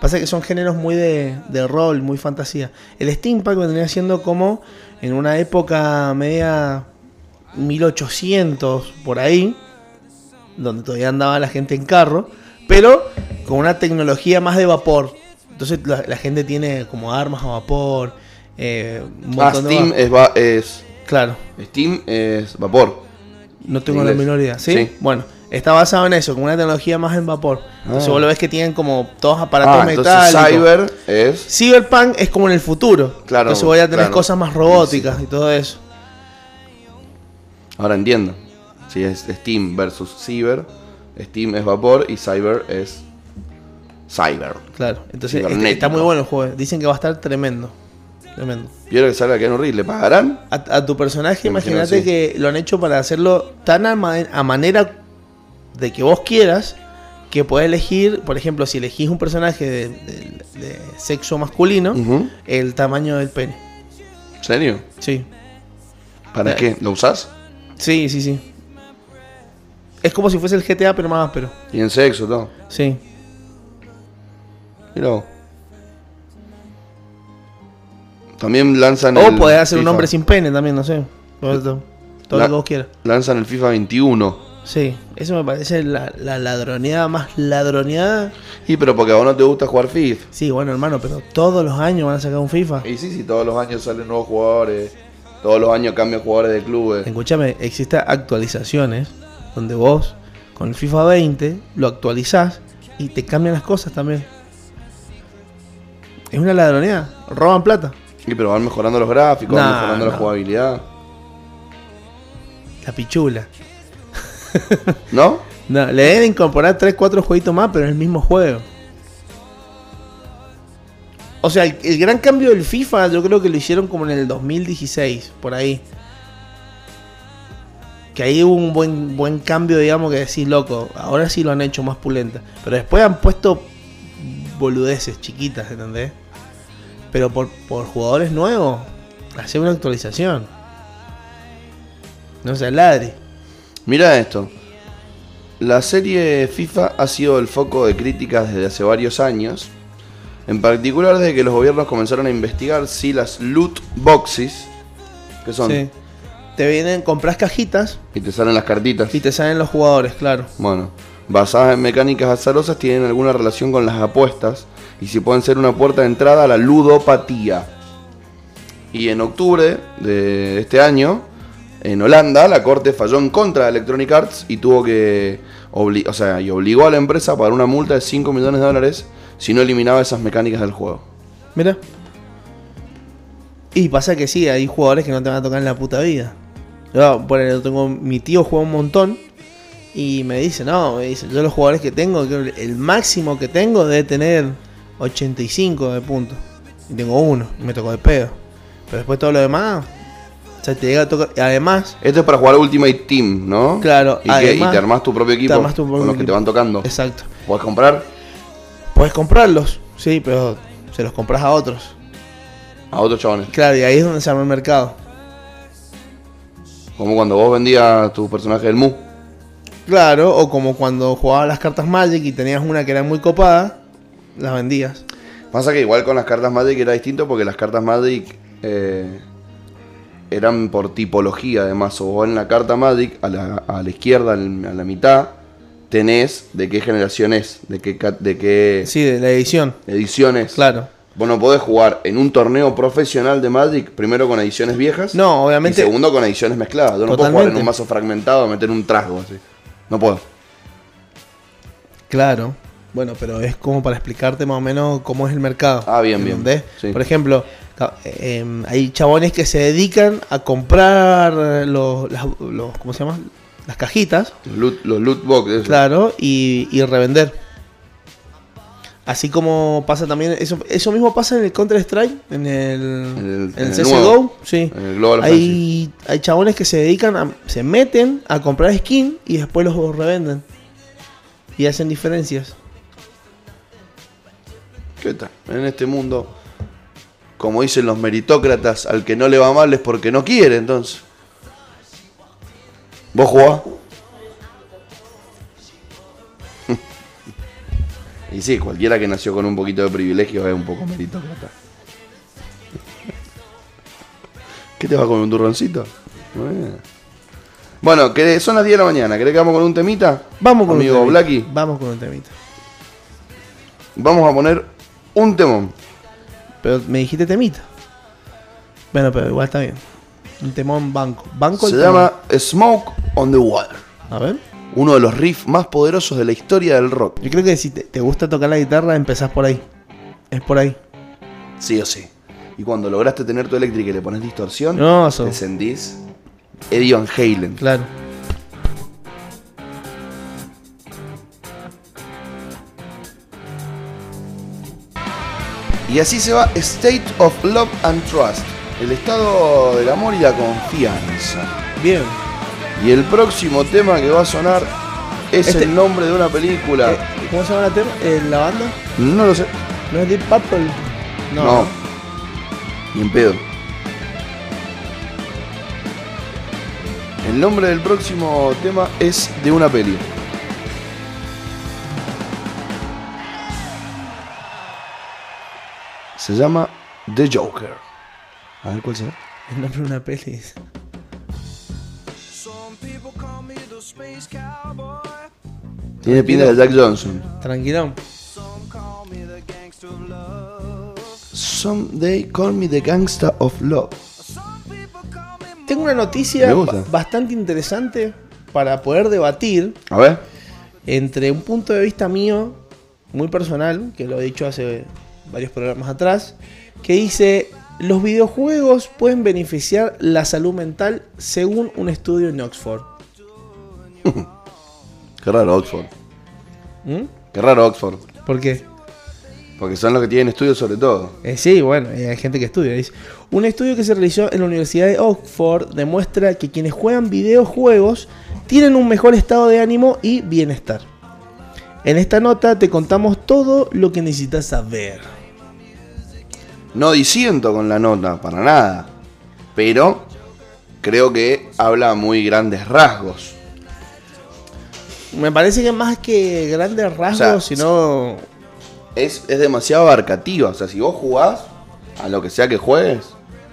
Pasa que son géneros muy de, de rol, muy fantasía. El steampunk vendría siendo como en una época media 1800 por ahí, donde todavía andaba la gente en carro, pero con una tecnología más de vapor. Entonces la, la gente tiene como armas a vapor. eh, un
Ah,
montón de
Steam
va-
es, va- es.
Claro.
Steam es vapor.
No tengo
Inglés.
la menor idea, ¿sí?
Sí.
Bueno, está basado en eso, como una tecnología más en vapor. Entonces
Ah.
vos lo ves que tienen como todos aparatos
Ah, entonces
metálicos.
Cyber es.
Cyberpunk es como en el futuro.
Claro,
Entonces voy a tener
claro.
cosas más robóticas y todo eso.
Ahora entiendo. Si es Steam versus Cyber. Steam es vapor y Cyber es. Cyber.
Claro. Entonces
Cibernético.
este- está muy bueno el juego. Dicen que va a estar tremendo. Tremendo.
Quiero que salga Keanu Reeves. ¿Le pagarán?
A, a tu personaje,
Me imagino
imagínate que lo han hecho para hacerlo tan a, ma- a manera de que vos quieras, que podés elegir, por ejemplo, si elegís un personaje de, de- de sexo masculino,
Ujú.
el tamaño del pene.
¿En serio?
Sí.
¿Para
Eh.
qué? ¿Lo usás?
Sí, sí, sí. Es como si fuese el GTA, pero más áspero.
Y en sexo, todo.
Sí.
Mirá vos. También lanzan
O
el
podés hacer un
FIFA.
hombre sin pene también, no sé. Todo, todo- todo
La-
lo que vos quieras.
Lanzan el FIFA 21.
Sí, eso me parece la, la ladroneada más ladroneada.
Y pero porque a vos no te gusta jugar FIFA.
Sí, bueno, hermano, pero todos los años van a sacar un FIFA.
Y sí, sí, todos los años salen nuevos jugadores. Todos los años cambian jugadores de clubes.
Escúchame, existen actualizaciones donde vos con el FIFA 20 lo actualizás y te cambian las cosas también. Es una ladroneada, roban plata.
Y pero van mejorando los gráficos, van
Nah,
mejorando la
no.
jugabilidad.
La pichula.
¿No?
No, le deben incorporar 3, 4 jueguitos más, pero en el mismo juego. O sea, el, el gran cambio del FIFA yo creo que lo hicieron como en el 2016, por ahí. Que ahí hubo un buen, buen cambio, digamos, que decís, loco, ahora sí lo han hecho más pulenta. Pero después han puesto boludeces chiquitas, ¿entendés? Pero por, por jugadores nuevos, hacer una actualización. No sea ladri.
Mira esto. La serie FIFA ha sido el foco de críticas desde hace varios años. En particular desde que los gobiernos comenzaron a investigar si las loot boxes, que son,
Sí. Te vienen, compras cajitas
y te salen las cartitas.
y te salen los jugadores, claro.
Bueno, basadas en mecánicas azarosas tienen alguna relación con las apuestas y si pueden ser una puerta de entrada a la ludopatía. Y en octubre de este año, en Holanda, la corte falló en contra de Electronic Arts y tuvo que obli- o sea, y obligó a la empresa a pagar una multa de 5 millones de dólares si no eliminaba esas mecánicas del juego.
Mira. Y pasa que sí, hay jugadores que no te van a tocar en la puta vida. Yo, por ejemplo, tengo, mi tío juega un montón y me dice, no, me dice, yo los jugadores que tengo, creo que el máximo que tengo debe tener 85 de puntos. Y tengo uno, y me tocó de pedo. Pero después todo lo demás, o sea, te llega a tocar. y Además,
Esto es para jugar Ultimate Team, ¿no?
Claro,
Y, que- y
además-
te armás tu propio equipo
armás tu propio
con los que te
equipo.
van tocando.
exacto.
Puedes comprar
Puedes comprarlos, sí, pero se los compras a otros.
a otros chabones.
Claro, y ahí es donde se arma el mercado.
Como cuando vos vendías tu personaje del Mu.
Claro, o como cuando jugabas las cartas Magic y tenías una que era muy copada, las vendías.
Pasa que igual con las cartas Magic era distinto porque las cartas Magic eh, eran por tipología de mazo. Vos en la carta Magic, a la, a la izquierda, al- a la mitad, tenés de qué generación es, de qué, ca- de qué
Eh, Sí, de la edición,
edición es.
claro.
Vos no podés jugar en un torneo profesional de Magic, primero con ediciones viejas.
No,
Y
obviamente.
segundo con ediciones mezcladas. Yo no puedo jugar en
Totalmente.
un mazo fragmentado, meter un trasgo así. No puedo.
Claro. Bueno, pero es como para explicarte más o menos cómo es el mercado.
Ah, bien, bien.
¿Entendés?
Sí.
Por ejemplo, ca- eh, hay chabones que se dedican a comprar eh, los, las, los- ¿cómo se llama? Las cajitas,
Los loot, los loot box. eso.
claro, y, y revender. Así como pasa también, eso, eso mismo pasa en el Counter Strike, en el,
En el-
en
en
el
el
CSGO,
nuevo.
sí.
En el Global Offensive.
Hay, hay chabones que se dedican a, se meten a comprar skin y después los revenden. Y hacen diferencias.
¿Qué tal? En este mundo, como dicen los meritócratas, al que no le va mal es porque no quiere, entonces. ¿Vos jugás? y sí, cualquiera que nació con un poquito de privilegio es un poco meritócrata. ¿Qué te va con un turroncito? Bueno, Bueno, ¿querés- son las 10 de la mañana. ¿Querés que vamos con un temita?
Vamos con
Amigo
un temita.
Blacky.
Vamos con un temita.
Vamos a poner un temón.
Pero me dijiste temita. Bueno, pero igual está bien. Un temón banco. Banco el
Se
temón.
llama Smoke on the Water.
A ver.
Uno de los riffs más poderosos de la historia del rock.
Yo creo que si te, te gusta tocar la guitarra, empezás por ahí. Es por ahí.
Sí o sí. Y cuando lograste tener tu eléctrica y le pones distorsión,
No, eso.
te sentís Eddie Van Halen.
Claro.
Y así se va State of Love and Trust. El estado del amor y la confianza.
Bien.
Y el próximo tema que va a sonar es
Este-
el nombre de una película.
Eh, ¿Cómo se llama la, ter- eh, la banda?
no lo sé.
¿No es Deep Purple?
No. Ni en pedo. El nombre del próximo tema es de una peli. Se llama The Joker. A ver cuál será.
El nombre de una peli.
Tiene pinta de Jack Johnson.
Tranquilón.
Someday call me the gangsta of love.
Tengo una noticia
Me gusta.
ba- bastante interesante para poder debatir
A ver.
entre un punto de vista mío, muy personal, que lo he dicho hace varios programas atrás, que dice, los videojuegos pueden beneficiar la salud mental según un estudio en Oxford.
Qué raro Oxford.
¿Mm?
Qué raro Oxford.
¿Por qué?
Porque son los que tienen estudios sobre todo.
Eh, sí, bueno, eh, hay gente que estudia. Dice. Un estudio que se realizó en la Universidad de Oxford demuestra que quienes juegan videojuegos tienen un mejor estado de ánimo y bienestar. En esta nota te contamos todo lo que necesitas saber.
No disiento con la nota, para nada. Pero creo que habla a muy grandes rasgos.
Me parece que más que grandes rasgos,
O sea,
sino...
Es, es demasiado abarcativa. O sea, si vos jugás a lo que sea que juegues,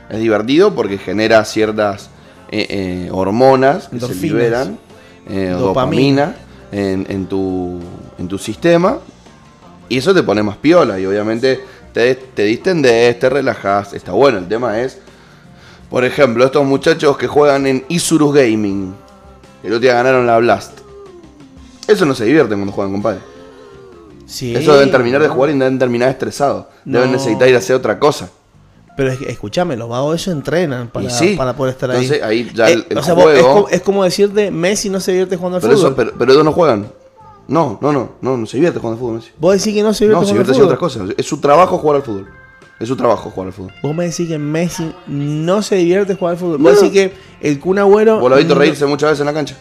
es divertido porque genera ciertas eh, eh, hormonas que se
Endorfinas.
liberan, eh, dopamina.
Dopamina.
en, en tu, en tu sistema. Y eso te pone más piola. Y obviamente te, te distendés, te relajás. Está bueno. El tema es, por ejemplo, estos muchachos que juegan en Isurus Gaming. El otro día ganaron la Blast. Eso no se divierten cuando juegan, compadre.
Sí,
Eso deben terminar de
no.
jugar y deben terminar estresados. Deben
No.
necesitar ir a hacer otra cosa.
Pero es que, escúchame, los vagos eso entrenan para,
Y sí.
para poder estar
Entonces,
ahí. Eh,
ahí ya el- el
o sea, vos- es,
juego-
co- es como decirte, Messi no se divierte jugando al
Pero,
fútbol.
eso, pero, pero ellos no juegan. No, no, no, no, no se divierte jugando al fútbol, Messi.
Vos decís que no se divierte
No, se divierte
jugando
haciendo
al fútbol.
otras cosas. Es su trabajo jugar al fútbol. Es su trabajo jugar al fútbol.
Vos me decís que Messi no se divierte jugando al fútbol. Vos
Bueno.
decís que el Kun Agüero...
¿Vos lo has visto
no-
reírse muchas veces en la cancha?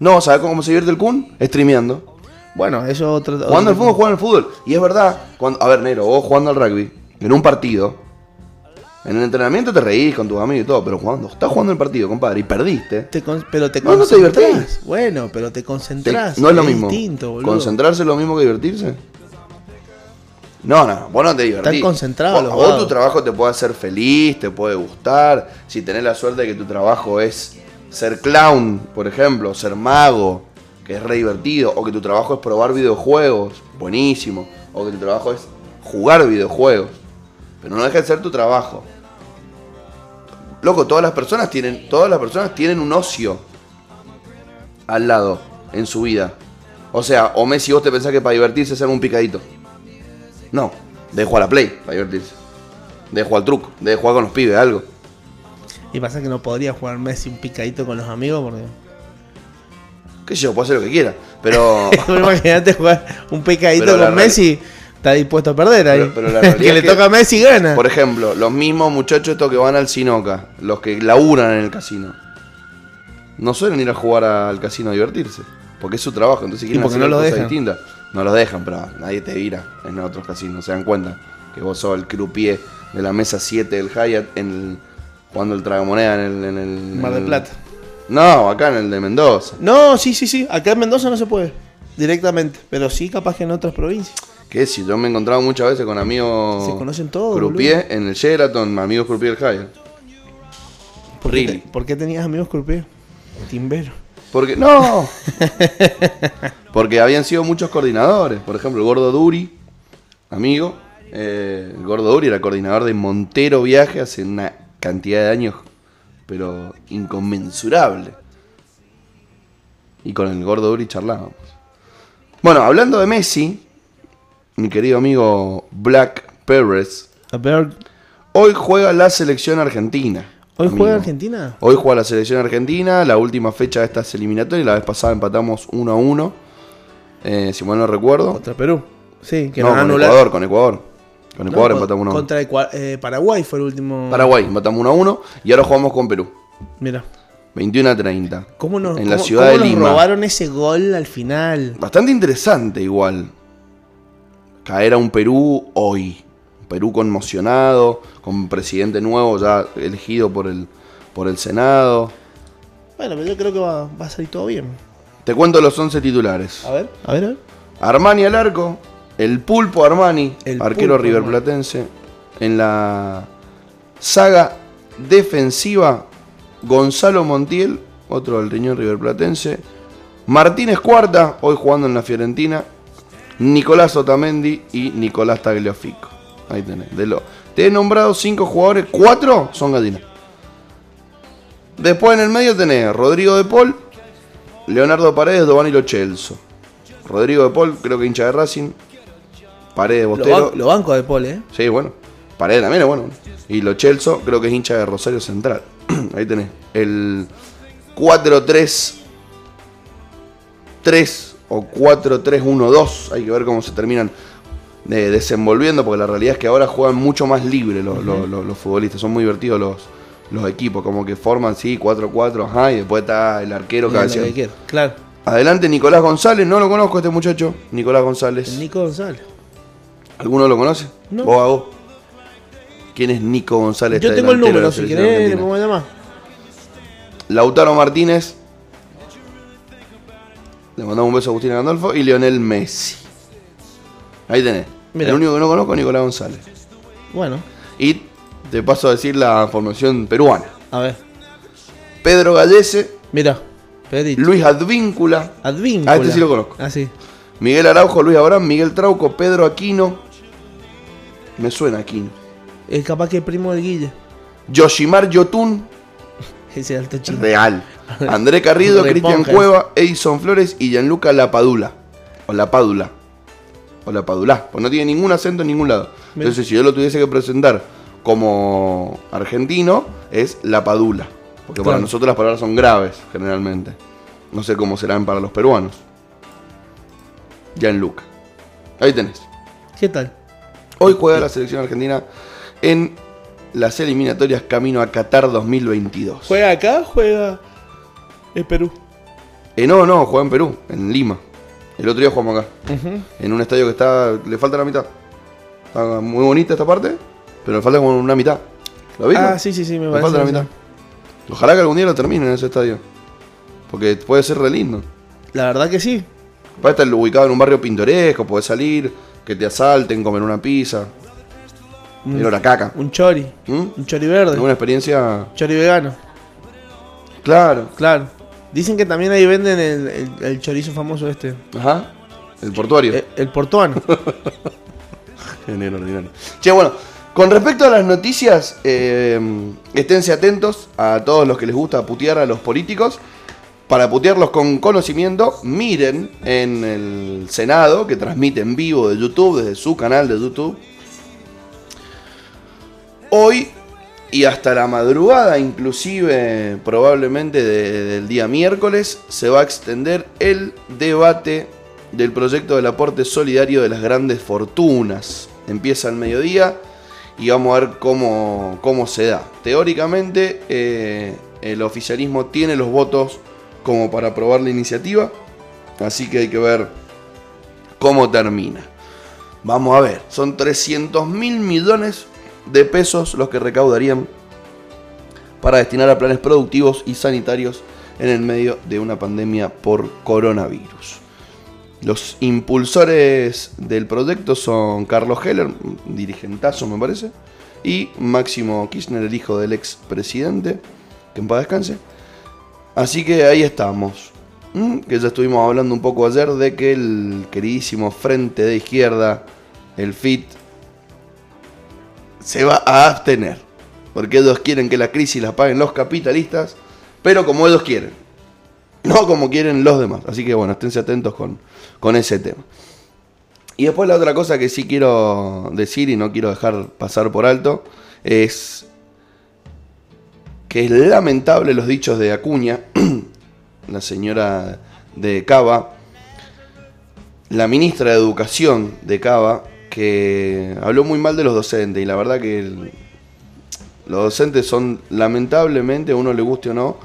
No, ¿sabes cómo se divierte el Kun? Streameando.
Bueno, eso es otro...
Jugando al
otro-
fútbol, jugando al fútbol. Y es verdad, cuando, a ver, Nero, vos jugando al rugby, en un partido, en el entrenamiento te reís con tus amigos y todo, pero jugando, estás jugando el partido, compadre, y perdiste.
Te con- pero te
No, no te
concentrás.
divertís.
Bueno, pero te
Te-
concentrás.
no es lo mismo.
distinto, boludo.
¿Concentrarse es lo mismo que divertirse? No, no, vos no te divertís.
Están concentrados
Vos,
los
a vos tu
vagos.
trabajo te puede hacer feliz, te puede gustar. Si tenés la suerte de que tu trabajo es ser clown, por ejemplo, ser mago, que es re divertido. O que tu trabajo es probar videojuegos, buenísimo. O que tu trabajo es jugar videojuegos. Pero no deja de ser tu trabajo. Loco, todas las personas tienen, todas las personas tienen un ocio al lado en su vida. O sea, o Messi vos te pensás que para divertirse se arma un picadito. No, de jugar a la play para divertirse. De jugar al truco, de jugar con los pibes, algo.
Y pasa que no podría jugar Messi un picadito con los amigos porque...
Qué sé yo, puedo hacer lo que quiera. Pero,
Imagínate jugar un picadito
Pero la
con
real-
Messi, está dispuesto a perder ahí.
Pero- pero la
el
realidad
que
es
le
que-
toca a Messi gana.
por ejemplo, los mismos muchachos estos que van al Sinoca, los que laburan en el casino, no suelen ir a jugar al casino a divertirse. Porque es su trabajo, entonces quieren
porque
hacer
no los
cosas
dejan.
distintas. No los dejan, pero nadie te vira en otros casinos. Se dan cuenta que vos sos el croupier de la mesa 7 del Hyatt en el- jugando el tragamoneda en el... En el
Mar
en
del
el-
Plata.
No, acá en el de Mendoza.
No, sí, sí, sí. Acá en Mendoza no se puede. Directamente. Pero sí, capaz que en otras provincias.
Que si yo me he encontrado muchas veces con amigos.
Se conocen todos,
Croupier en el Sheraton, amigos Croupier del Hyatt.
¿Por, qué,
Really.
te- por qué tenías amigos Curpeo? Timbero.
Porque. ¡No! Porque habían sido muchos coordinadores. Por ejemplo, el Gordo Duri, amigo. eh, el Gordo Duri era coordinador de Montero Viaje hace una cantidad de años, pero inconmensurable. Y con el Gordo Duri charlábamos. Bueno, hablando de Messi, mi querido amigo Black Perez.
A ver,
Hoy juega la selección argentina.
¿hoy
amigo.
juega Argentina?
Hoy juega la selección argentina. La última fecha de estas eliminatorias. La vez pasada empatamos 1 a 1. eh, si mal no recuerdo.
Contra Perú. Sí, que
no,
nos
con
anularon.
Ecuador, con Ecuador. Con
No,
Ecuador
con-
empatamos 1 a 1.
Contra Ecua- eh, Paraguay fue el último.
Paraguay empatamos 1 a 1. Y ahora jugamos con Perú.
Mira.
21 a 30.
¿Cómo nos,
En la
cómo-
ciudad
cómo
de
nos
Lima.
robaron ese gol al final?
Bastante interesante igual. Caer a un Perú hoy. Un Perú conmocionado. Con un presidente nuevo ya elegido por el, por el Senado.
Bueno, pero yo creo que va, va a salir todo bien.
Te cuento los 11 titulares.
A ver, a ver, a ver.
Armani al arco, el pulpo Armani,
El
arquero
pulpo
riverplatense. En la saga defensiva, Gonzalo Montiel, otro del riñón riverplatense. Martínez Cuarta, hoy jugando en la Fiorentina. Nicolás Otamendi y Nicolás Tagliafico. Ahí tenés. De lo, te he nombrado cinco jugadores, cuatro son gallinas. Después en el medio tenés Rodrigo de Paul, Leonardo Paredes, Giovanni Lochelso. Rodrigo de Paul, creo que hincha de Racing. Paredes
Lo,
Bostero.
ban- lo banco de Pole, ¿eh?
Sí, bueno. Paredes también es bueno. Y Lochelso, creo que es hincha de Rosario Central. Ahí tenés. El 4-3. 3 o 4-3-1-2. Hay que ver cómo se terminan eh, desenvolviendo, porque la realidad es que ahora juegan mucho más libre los, los- los- los futbolistas. Son muy divertidos los, los equipos, como que forman, sí, 4-4, ajá, y después está el arquero
Lo
cabeceando.
que quiera. Claro.
Adelante Nicolás González, no lo conozco este muchacho. Nicolás
El
González.
Nico González.
¿Alguno lo conoce?
No.
¿Vos a vos? ¿Quién es Nico González?
Yo
Está
tengo el
delantero de la
número, si
selección
querés, le
argentina.
podemos llamar.
Lautaro Martínez. Le mandamos un beso a Agustín Gandolfo. Y Lionel Messi. Ahí tenés.
Mirá.
El único que no conozco es Nicolás González.
Bueno,
Y te paso a decir la formación peruana.
a ver.
Pedro Gallese,
Mira, Pedrito.
Luis Advíncula,
Advíncula.
Ah, este sí lo conozco.
Ah, sí.
Miguel Araujo, Luis Abraham, Miguel Trauco, Pedro Aquino. Me suena Aquino.
Es Eh, capaz que es primo del Guille.
Yoshimar Yotun,
Ese alto chino.
real. André Carrido,
Reponjas.
Cristian Cueva, Edison Flores y Gianluca Lapadula. O Lapadula. O Lapadula. Pues no tiene ningún acento en ningún lado.
Bien.
Entonces, si yo lo tuviese que presentar como argentino, es Lapadula. Porque para
Claro.
nosotros las palabras son graves, generalmente. No sé cómo serán para los peruanos. Gianluca. Ahí tenés.
¿Qué tal?
Hoy juega la selección argentina en las eliminatorias camino a Qatar 2022.
¿Juega acá o juega en Perú?
Eh, no, no, juega en Perú, en Lima. El otro día jugamos acá. En un estadio que está. Le falta la mitad. Está muy bonita esta parte, pero le falta como una mitad. ¿Lo viste?
Ah, sí, sí, sí, me
Le
parece.
falta la
sí.
mitad. Ojalá que algún día lo terminen en ese estadio. Porque puede ser re lindo.
La verdad que sí.
Puede estar ubicado en un barrio pintoresco, puede salir, que te asalten, comer una pizza,
Un,
ir a la caca.
un chori.
¿Mm?
Un chori verde.
Una experiencia.
Chori vegano,
Claro.
claro. Dicen que también ahí venden el, el- el chorizo famoso este.
Ajá. El portuario.
El, el portuano.
Genial, ordinario. Che, bueno, con respecto a las noticias, eh, esténse atentos a todos los que les gusta putear a los políticos. Para putearlos con conocimiento, miren en el Senado, que transmite en vivo de YouTube, desde su canal de YouTube. Hoy y hasta la madrugada, inclusive probablemente de- del día miércoles, se va a extender el debate del proyecto del aporte solidario de las grandes fortunas. Empieza al mediodía y vamos a ver cómo, cómo se da. Teóricamente, eh, el oficialismo tiene los votos como para aprobar la iniciativa, así que hay que ver cómo termina. Vamos a ver, son 300 mil millones de pesos los que recaudarían para destinar a planes productivos y sanitarios en el medio de una pandemia por coronavirus. Los impulsores del proyecto son Carlos Heller, dirigentazo me parece, y Máximo Kirchner, el hijo del ex presidente, que en paz descanse. Así que ahí estamos. Mm, Que ya estuvimos hablando un poco ayer de que el queridísimo frente de izquierda, el FIT, se va a abstener. Porque ellos quieren que la crisis la paguen los capitalistas, pero como ellos quieren. No como quieren los demás. Así que bueno, esténse atentos con, con ese tema. Y después la otra cosa que sí quiero decir y no quiero dejar pasar por alto es que es lamentable los dichos de Acuña, la señora de Cava, la ministra de Educación de Cava, que habló muy mal de los docentes y la verdad que el- los docentes son lamentablemente, a uno le guste o no,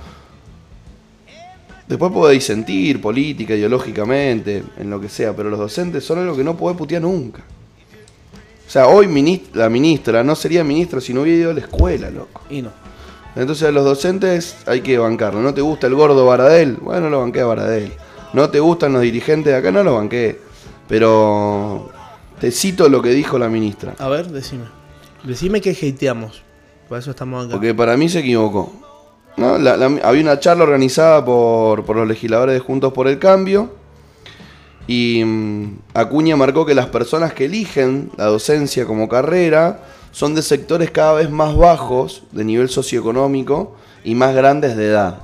después podés disentir política, ideológicamente, en lo que sea, pero los docentes son algo que no podés putear nunca. O sea, hoy minis- la ministra no sería ministra si no hubiera ido a la escuela, loco.
y no.
Entonces a los docentes hay que bancarlo. ¿No te gusta el gordo Baradel? Bueno, lo banqué a Baradel. ¿No te gustan los dirigentes de acá? No lo banqué. Pero te cito lo que dijo la ministra.
A ver, decime. Decime que hateamos. Por eso estamos acá.
Porque para mí se equivocó. ¿No? La- la- había una charla organizada por, por los legisladores de Juntos por el Cambio. Y mm, Acuña marcó que las personas que eligen la docencia como carrera son de sectores cada vez más bajos de nivel socioeconómico y más grandes de edad.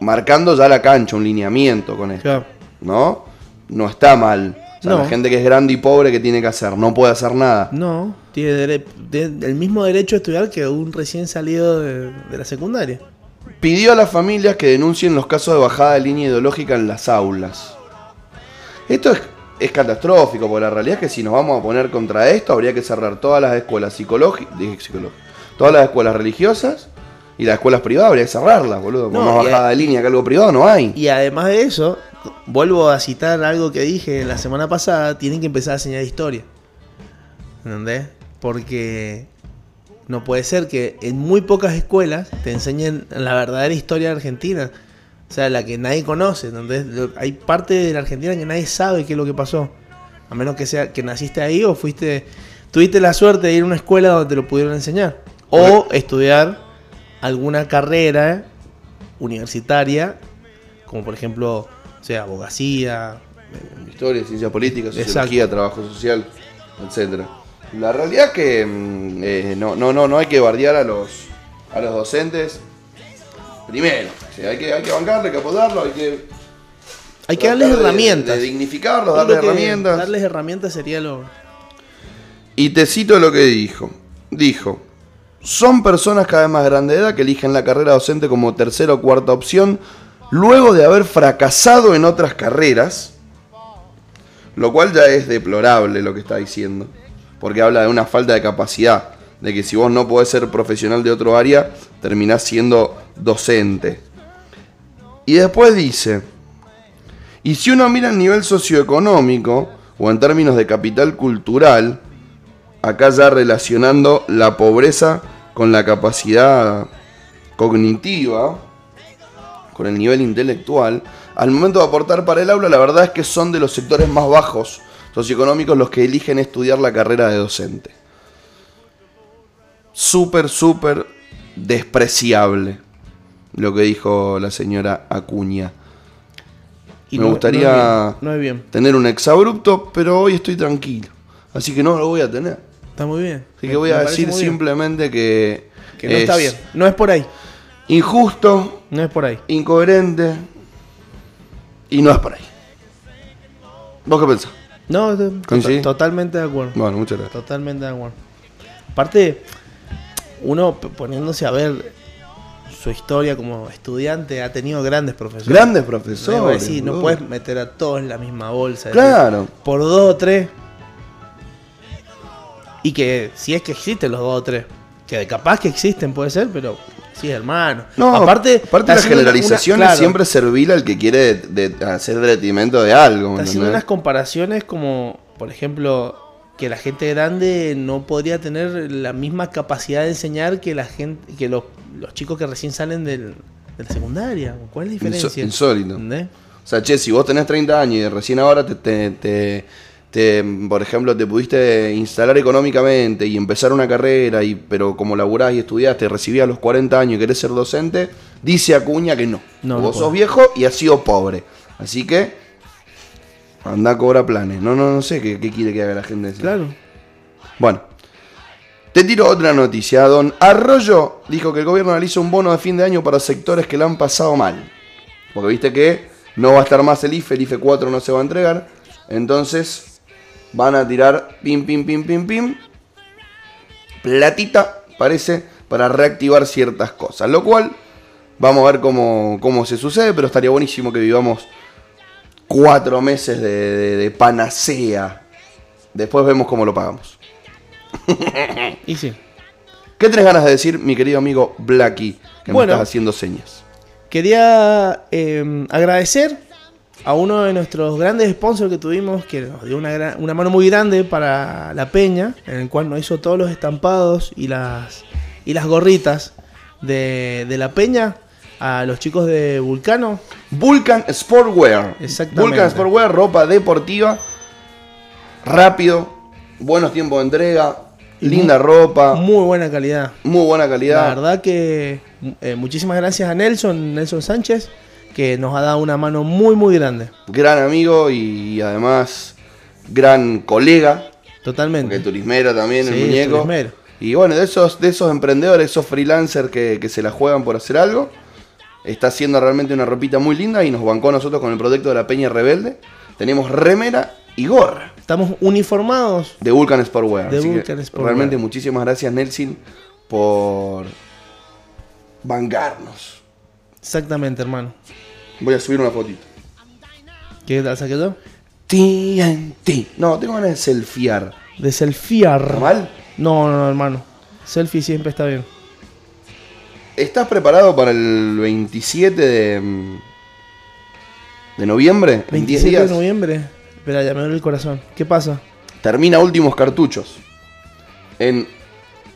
Marcando ya la cancha, un lineamiento con esto.
Claro.
¿No? No está mal. O sea,
No.
La gente que es grande y pobre, ¿qué tiene que hacer? No puede hacer nada.
No, tiene, dere- tiene el mismo derecho a estudiar que un recién salido de, de la secundaria.
pidió a las familias que denuncien los casos de bajada de línea ideológica en las aulas. Esto es, es catastrófico, porque la realidad es que si nos vamos a poner contra esto, habría que cerrar todas las escuelas psicológicas, dije psicológico, todas las escuelas religiosas y las escuelas privadas habría que cerrarlas, boludo. porque
No,
más
y
bajada de línea que algo privado no hay.
Y además de eso, vuelvo a citar algo que dije la semana pasada, tienen que empezar a enseñar historia. ¿Entendés? Porque no puede ser que en muy pocas escuelas te enseñen la verdadera historia argentina. O sea, la que nadie conoce, ¿entendés? Lo- Hay parte de la Argentina que nadie sabe qué es lo que pasó. A menos que sea que naciste ahí o fuiste tuviste la suerte de ir a una escuela donde te lo pudieron enseñar o estudiar alguna carrera universitaria, como por ejemplo, o sea, abogacía,
Historia, ciencia política,
Exacto.
sociología, trabajo social, etcétera. La realidad es que mm, eh, no, no, no, no hay que bardear a los, a los docentes. Primero, o sea, hay, que, hay que bancarlo, hay que apodarlo, hay que.
hay que darles
tratar de-
herramientas.
De dignificarlos,
Yo
darles
creo que
herramientas.
Darles herramientas sería lo...
Y te cito lo que dijo. Dijo, son personas cada vez más grandes de edad que eligen la carrera docente como tercera o cuarta opción luego de haber fracasado en otras carreras, lo cual ya es deplorable lo que está diciendo, porque habla de una falta de capacidad, de que si vos no podés ser profesional de otro área, terminás siendo docente. Y después dice, y si uno mira el nivel socioeconómico, o en términos de capital cultural, acá ya relacionando la pobreza con la capacidad cognitiva, con el nivel intelectual, al momento de aportar para el aula, la verdad es que son de los sectores más bajos socioeconómicos los que eligen estudiar la carrera de docente. Súper, súper despreciable lo que dijo la señora Acuña. Me gustaría-
No es, bien, no es bien.
Tener un exabrupto, pero hoy estoy tranquilo. Así que no lo voy a tener.
Está muy bien.
Así
Me-
que voy
me
a
parece
decir
muy bien.
simplemente que,
Que no está bien. No es por ahí.
injusto,
No es por ahí.
incoherente y no es por ahí. ¿Vos qué pensás?
No, to- to-
¿Coincidís?
totalmente de acuerdo.
Bueno, muchas gracias.
Totalmente de acuerdo. Aparte, uno p- poniéndose a ver su historia como estudiante, ha tenido grandes profesores.
Grandes
Me voy a
profesores.
decir, no
boludo.
puedes eh, meter a todos en la misma bolsa. Es
Claro.
decir, Por dos o tres. Y que si es que existen los dos o tres. Que capaz que existen, puede ser, pero sí, hermano.
No, aparte,
está
las
haciendo una- una-
generalizaciones
claro,
siempre es servil al que quiere de- de hacer detrimento de algo.
Está
¿entendés?
haciendo unas comparaciones como, por ejemplo, que la gente grande no podría tener la misma capacidad de enseñar que la gente, que los, los chicos que recién salen del, de la secundaria. ¿Cuál es la
Inso-
diferencia?
insólito.
¿Entendés?
O sea, che, si vos tenés 30 años y recién ahora te, te- te- te, por ejemplo, te pudiste instalar económicamente y empezar una carrera, y, pero como laburás y estudiaste, recibías a los 40 años y querés ser docente, dice Acuña que no.
No, no
vos
puedo.
sos viejo y has sido pobre. Así que, anda a cobrar planes. No, no, no sé qué, qué quiere que haga la gente.
Claro.
Bueno, te tiro otra noticia. Don Arroyo dijo que el gobierno analiza un bono de fin de año para sectores que la han pasado mal. Porque viste que no va a estar más el IFE, el IFE 4 no se va a entregar. Entonces van a tirar pim, pim, pim, pim, pim. Platita, parece, para reactivar ciertas cosas. Lo cual, vamos a ver cómo, cómo se sucede, pero estaría buenísimo que vivamos cuatro meses de- de- de panacea. Después vemos cómo lo pagamos.
Y sí.
¿Qué tenés ganas de decir, mi querido amigo Blacky? Que me
Bueno.
estás haciendo señas.
Quería eh, agradecer a uno de nuestros grandes sponsors que tuvimos, que nos dio una, gran- una mano muy grande para la peña, en el cual nos hizo todos los estampados y las, y las gorritas de, de la peña, a los chicos de Vulcano.
Vulcan Sportwear.
Exactamente.
Vulcan Sportwear, ropa deportiva. Rápido. Buenos tiempos de entrega.
Y
linda ropa. Muy,
Muy buena calidad.
buena calidad.
La verdad que eh, muchísimas gracias a Nelson, Nelson Sánchez, que nos ha dado una mano muy, muy grande.
Gran amigo y además gran colega. Porque
Totalmente.
turismero también,
Sí,
el muñeco.
turismero.
Y bueno, de esos, de esos emprendedores, esos freelancers que, que se la juegan por hacer algo, está haciendo realmente una ropita muy linda y nos bancó a nosotros con el proyecto de la Peña Rebelde. Tenemos remera y gorra
Estamos uniformados
de Vulcan Sportwear.
De
Así que
Vulcan Sportwear.
Realmente muchísimas gracias, Nelson, por bancarnos.
exactamente, hermano.
Voy a subir una fotito.
¿Qué tal saqué yo?
TNT. No, tengo ganas de selfiear.
De selfiear.
¿Está mal?
No, no, no, hermano. Selfie siempre está bien.
¿Estás preparado para el 27 de, mm, de noviembre? En 10
27
días.
de noviembre. Espera, ya me duele el corazón. ¿Qué pasa?
Termina últimos cartuchos. En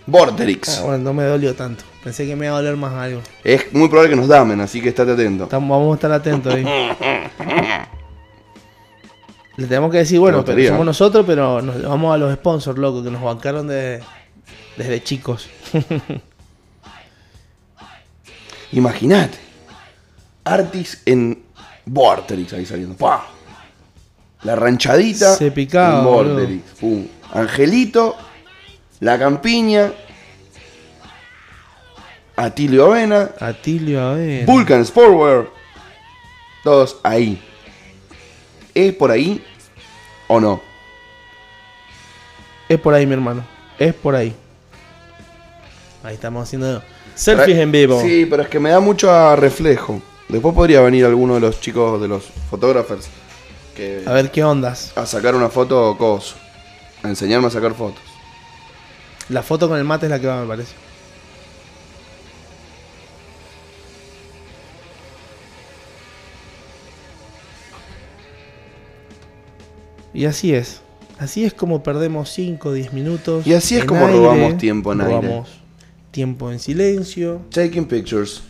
Vorterix.
Ah, bueno, no me dolió tanto. Pensé que me iba a doler más algo.
Es muy probable que nos damen, así que estate atento.
Estamos- vamos a estar atentos ahí. Le tenemos que decir, bueno,
Me
pero
gustaría.
somos nosotros, pero nos vamos a los sponsors, loco, que nos bancaron de- desde chicos.
Imagínate. Artis en Vorterix ahí saliendo. ¡Pah! La ranchadita
Se picaba,
en
boludo.
Vorterix. Pum. Angelito, la campiña, Atilio Avena,
Atilio Avena.
Vulcan Sportwear. Todos ahí. ¿Es por ahí o no?
Es por ahí, mi hermano. Es por ahí. Ahí estamos haciendo selfies
Tra-
en vivo.
Sí, pero es que me da mucho a reflejo. Después podría venir alguno de los chicos de los fotógrafos que
A ver qué ondas.
a sacar una foto o coso. A enseñarme a sacar fotos.
La foto con el mate es la que va, me parece. Y así es. Así es como perdemos 5 o 10 minutos.
Y así es
en
como robamos tiempo en aire.
Robamos tiempo en silencio.
Taking pictures.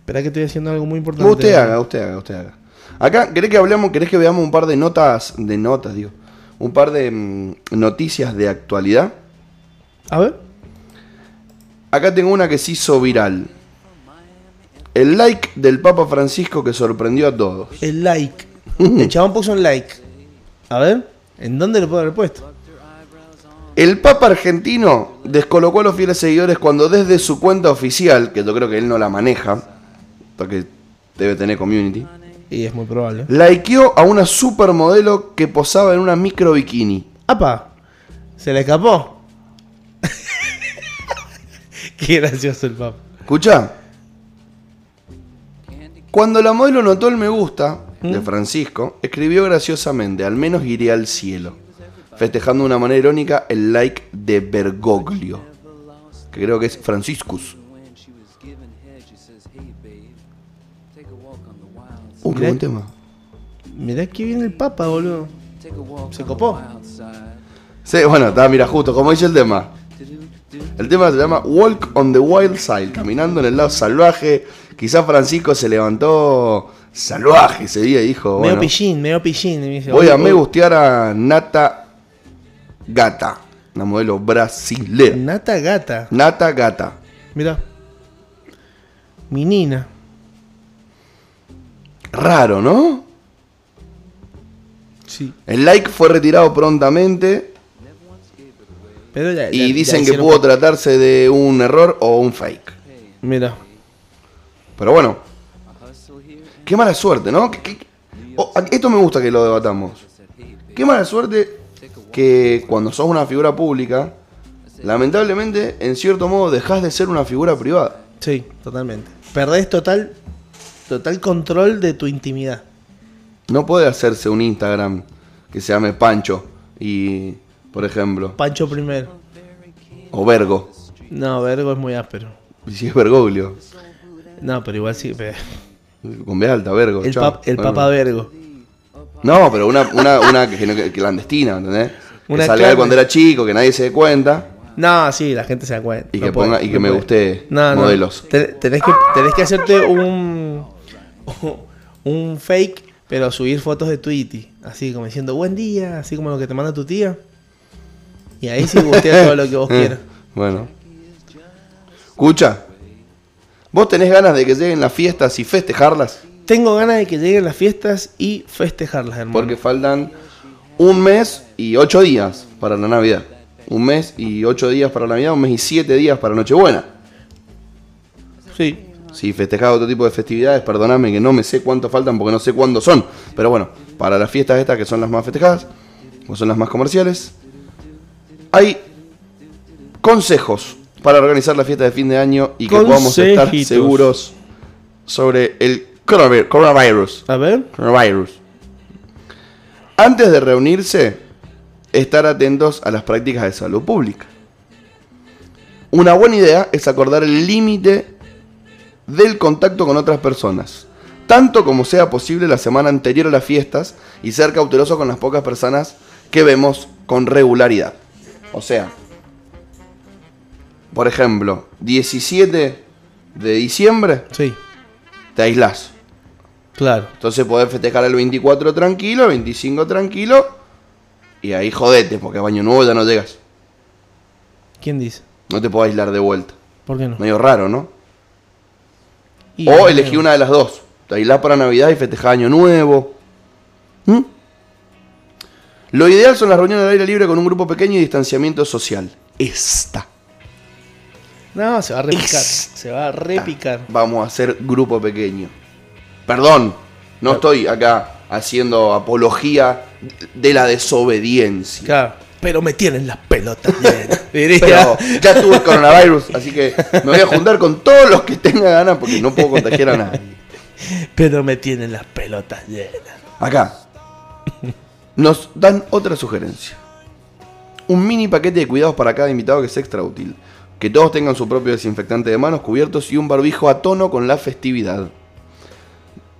Espera que estoy haciendo algo muy importante.
Usted haga, usted haga, usted haga. Acá, ¿querés que hablemos, querés que veamos un par de notas, de notas, digo, un par de mm, noticias de actualidad?
A ver.
Acá tengo una que se hizo viral. El like del Papa Francisco que sorprendió a todos.
El like. El chabón puso un like. A ver. ¿En dónde lo puedo haber puesto?
El Papa argentino descolocó a los fieles seguidores cuando desde su cuenta oficial, que yo creo que él no la maneja, porque debe tener community,
Y es muy probable.
likeó a una supermodelo que posaba en una micro bikini.
¡Apa! Se le escapó. Qué gracioso el papa.
Escucha. Cuando la modelo notó el me gusta de Francisco, escribió graciosamente, al menos iré al cielo, festejando de una manera irónica el like de Bergoglio, que creo que es Franciscus.
when she was given head, she says, Hey, babe, take a walk on the wild side.
Uh, qué
Mirá-
buen tema.
Mirá que viene el papa, boludo.
Take a walk
Se
on the
copó.
wild side.
Sí, bueno, está, mira, justo, como dice el tema. El tema se llama Walk on the Wild Side, caminando en el lado salvaje. Quizás Francisco se levantó salvaje ese día y dijo,
Medio
bueno,
pillín, medio pillín. y me dice,
voy
"Uy,
a
uy".
me gustear a Nata Gata, una modelo brasilera.
Nata gata.
Nata Gata.
Mirá. Mi nina.
Raro, ¿no?
Sí.
El like fue retirado prontamente
Pero ya- ya-
y
ya
dicen que
hicieron-
pudo tratarse de un error o un fake.
Mirá.
Pero bueno. Qué mala suerte, ¿no? Que- que- oh, a- esto me gusta que lo debatamos. Qué mala suerte que cuando sos una figura pública, lamentablemente, en cierto modo, dejas de ser una figura privada.
Sí, totalmente. Perdés total, total control de tu intimidad.
No puede hacerse un Instagram que se llame Pancho y, por ejemplo,
Pancho primero.
o Vergo.
No, Vergo es muy áspero.
Y Si es Bergoglio,
No, pero igual sí. pe-
con B alta, Vergo.
El,
chao.
pap- el
Bueno.
Papa Vergo.
No, pero una, una, una que, que- que clandestina, ¿entendés?
Una
que salga
clara.
él cuando era chico, que nadie se dé cuenta.
No, sí, la gente se da cuenta.
Y
No
que
puede,
ponga- y
no
que me
puede.
guste
No, no.
modelos.
Te- Tenés que, tenés que hacerte un, un fake, pero subir fotos de Tweety. Así como diciendo buen día, así como lo que te manda tu tía. Y ahí sí gustea todo lo que vos
Eh,
quieras.
Bueno. Escucha. ¿Vos tenés ganas de que lleguen las fiestas y festejarlas?
Tengo ganas de que lleguen las fiestas y festejarlas, hermano.
Porque faltan un mes y ocho días para la Navidad. Un mes y ocho días para la Navidad, un mes y siete días para Nochebuena.
Sí.
Si festejás otro tipo de festividades, perdoname que no me sé cuánto faltan porque no sé cuándo son. Pero bueno, para las fiestas estas que son las más festejadas, o son las más comerciales, hay consejos para organizar la fiesta de fin de año y que podamos estar
Consejitos.
seguros sobre el coronavi- coronavirus.
A ver.
Coronavirus. Antes de reunirse, estar atentos a las prácticas de salud pública. Una buena idea es acordar el límite del contacto con otras personas, tanto como sea posible la semana anterior a las fiestas y ser cauteloso con las pocas personas que vemos con regularidad. O sea, por ejemplo, 17 de diciembre
Sí.
te aislás.
Claro.
Entonces podés festejar el 24 tranquilo, 25 tranquilo. Y ahí jodete, porque a baño nuevo ya no llegas.
¿Quién dice?
No te podés aislar de vuelta.
¿Por qué no?
Medio raro, ¿no?
Y
O
bueno,
elegí una de las dos. Bailás para Navidad y festejás Año Nuevo. ¿Mm? Lo ideal son las reuniones al aire libre con un grupo pequeño y distanciamiento social. Esta.
No, se va a repicar.
Es-
Se va a repicar.
Vamos a hacer grupo pequeño. Perdón, no estoy acá haciendo apología de la desobediencia.
Claro. Pero me tienen las pelotas llenas. diría.
Pero ya tuve el coronavirus, así que me voy a juntar con todos los que tenga ganas porque no puedo contagiar a nadie.
Pero me tienen las pelotas llenas.
Acá. Nos dan otra sugerencia. Un mini paquete de cuidados para cada invitado que es extra útil. Que todos tengan su propio desinfectante de manos, cubiertos y un barbijo a tono con la festividad.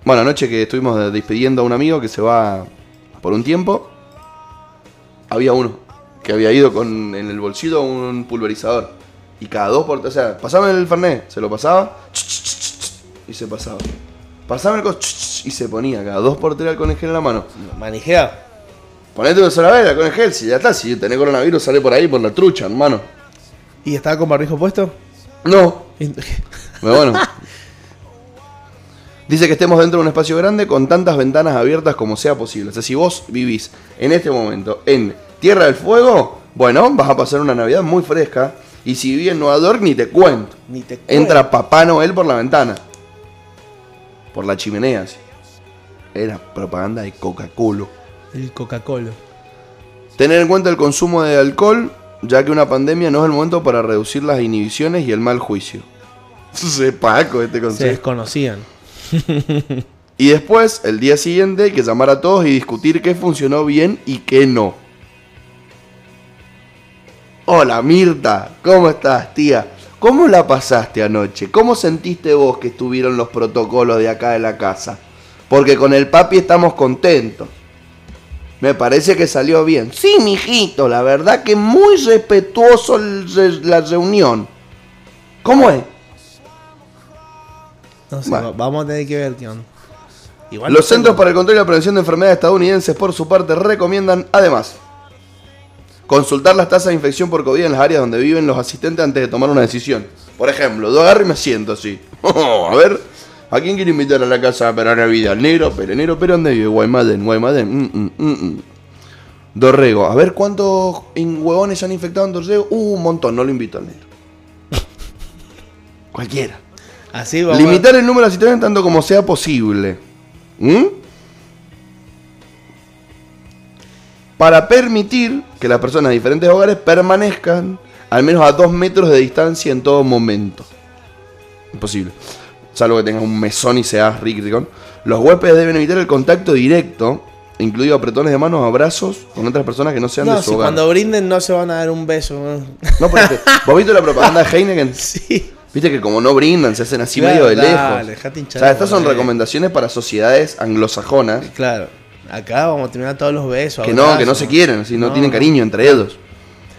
Bueno, anoche que estuvimos despidiendo a un amigo que se va por un tiempo, había uno que había ido con en el bolsillo un pulverizador. Y cada dos por... O sea, pasaba el Fernet, se lo pasaba y se pasaba. Pasaba el cos y se ponía cada dos por tres al conejero en la mano.
Manijeado.
Ponete una sola vez con el gel, si ya está, si tenés coronavirus, sale por ahí por la trucha, hermano.
¿Y estaba con barbijo puesto?
No,
Y-
pero bueno. Dice que estemos dentro de un espacio grande con tantas ventanas abiertas como sea posible. O sea, si vos vivís en este momento en Tierra del Fuego, bueno, vas a pasar una Navidad muy fresca. Y si vivís en Nueva York, ni te cuento.
Ni te cuento.
Entra Papá Noel por la ventana. Por la chimenea, sí. Era propaganda de Coca-Cola.
El Coca-Cola.
Tener en cuenta el consumo de alcohol, ya que una pandemia no es el momento para reducir las inhibiciones y el mal juicio. Se paco este
Se
consejo.
desconocían.
Y después, el día siguiente, hay que llamar a todos y discutir qué funcionó bien y qué no. Hola Mirta, ¿cómo estás, tía? ¿Cómo la pasaste anoche? ¿Cómo sentiste vos que estuvieron los protocolos de acá de la casa? Porque con el papi estamos contentos. Me parece que salió bien. Sí, mijito, la verdad que muy respetuoso el re- la reunión. ¿Cómo es?
No sé,
Bueno.
va- vamos a tener que ver qué onda. Igual
Los Centros para el Control y la Prevención de Enfermedades estadounidenses, por su parte, recomiendan, además, consultar las tasas de infección por COVID en las áreas donde viven los asistentes antes de tomar una decisión. Por ejemplo, yo agarro y me siento así. a ver, ¿a quién quiero invitar a la casa para Navidad? ¿Al negro? ¿Pero el negro? ¿Pero dónde vive? Guaymaden, Guaymaden. Mm, mm, mm, mm. Dorrego. A ver, ¿cuántos in- huevones se han infectado en Dorrego? Uh, un montón, no lo invito al negro. Cualquiera.
Así vamos. a-
Limitar el número de asistentes tanto como sea posible. ¿Mm? Para permitir que las personas de diferentes hogares permanezcan al menos a dos metros de distancia en todo momento. Imposible. Salvo que tengas un mesón y seas Rick Ricón. Los huéspedes deben evitar el contacto directo, incluido apretones de manos, abrazos con otras personas que no sean
No,
de su
si
hogar.
cuando brinden no se van a dar un beso. ¿no?
No, pero es que- ¿Vos viste la propaganda de Heineken?
sí.
Viste que como no brindan, se hacen así
Claro,
medio de
dale,
lejos.
dejate
o
hinchar
sea,
la
estas son
bola, eh.
recomendaciones para sociedades anglosajonas
Claro. Acá vamos a terminar todos los besos.
que no, que no se
abrazos.
quieren, así, no,
No.
tienen cariño entre ellos.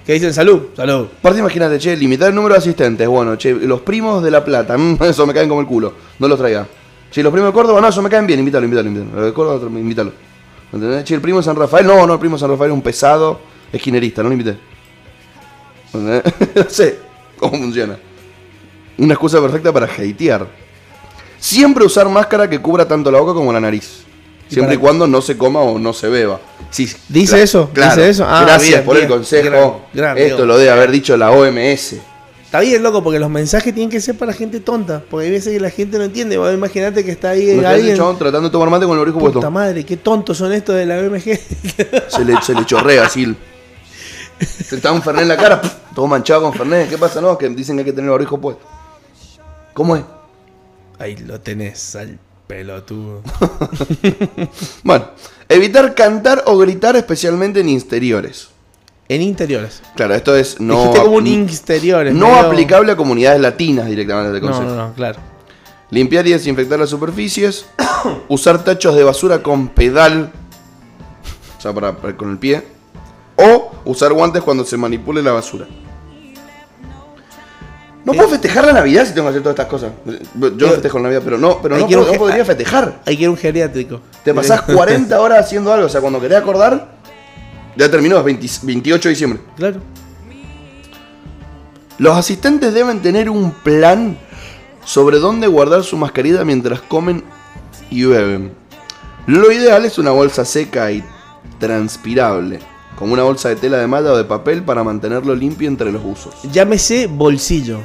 Que dicen salud, salud.
Aparte, imagínate, che, limitar el número de asistentes. Bueno, che, los primos de La Plata, mm, eso me caen como el culo, no los traiga. Che, los primos de Córdoba, no, eso me caen bien, invítalo, invítalo, invítalo. Los de Córdoba, otro- invítalo. ¿Entendés? Che, el primo de San Rafael, no, no, el primo de San Rafael es un pesado, es ginerista, no lo invité. ¿Entendés? no sé cómo funciona. Una excusa perfecta para hatear. Siempre usar máscara que cubra tanto la boca como la nariz.
¿Y
Siempre y
para-
cuando no se coma o no se beba. Sí,
¿Dice
cla-
eso?
Claro.
¿Dice eso? Ah,
Gracias
bien,
por el
bien.
consejo.
Gran- gran,
Esto
digo.
lo debe haber dicho la OMS.
Está bien, loco, porque los mensajes tienen que ser para gente tonta. Porque hay veces que la gente no entiende. Bueno, Imagínate que está ahí
Imagínate el
alguien.
chabón tratando de tomar mate con el orejo
Puta
puesto.
madre, qué tontos son estos de la BMG.
Se le, se le chorrea así. el- Se está un Fernet en la cara, pf, todo manchado con Fernet. ¿Qué pasa? No, que dicen que hay que tener el orejo puesto. ¿Cómo es?
Ahí lo tenés al pelotudo.
Bueno, evitar cantar o gritar especialmente en exteriores.
En interiores.
Claro, esto es no.
Dijiste como un
n-
interiores.
No
medio-
aplicable a comunidades latinas directamente este
No,
consejo.
no, no, claro.
Limpiar y desinfectar las superficies. usar tachos de basura con pedal. O sea, para, para- con el pie. O usar guantes cuando se manipule la basura. No puedo festejar la Navidad si tengo que hacer todas estas cosas. Yo no festejo la Navidad, pero no, pero
Ay,
no,
quiero
pod- no
que-
podría festejar.
Hay que ir a un geriátrico.
Te pasás 40 horas haciendo algo. O sea, cuando querés acordar, ya terminó, es 20 28 de diciembre.
Claro.
Los asistentes deben tener un plan sobre dónde guardar su mascarilla mientras comen y beben. Lo ideal es una bolsa seca y transpirable, como una bolsa de tela de malla o de papel para mantenerlo limpio entre los usos.
Llámese bolsillo.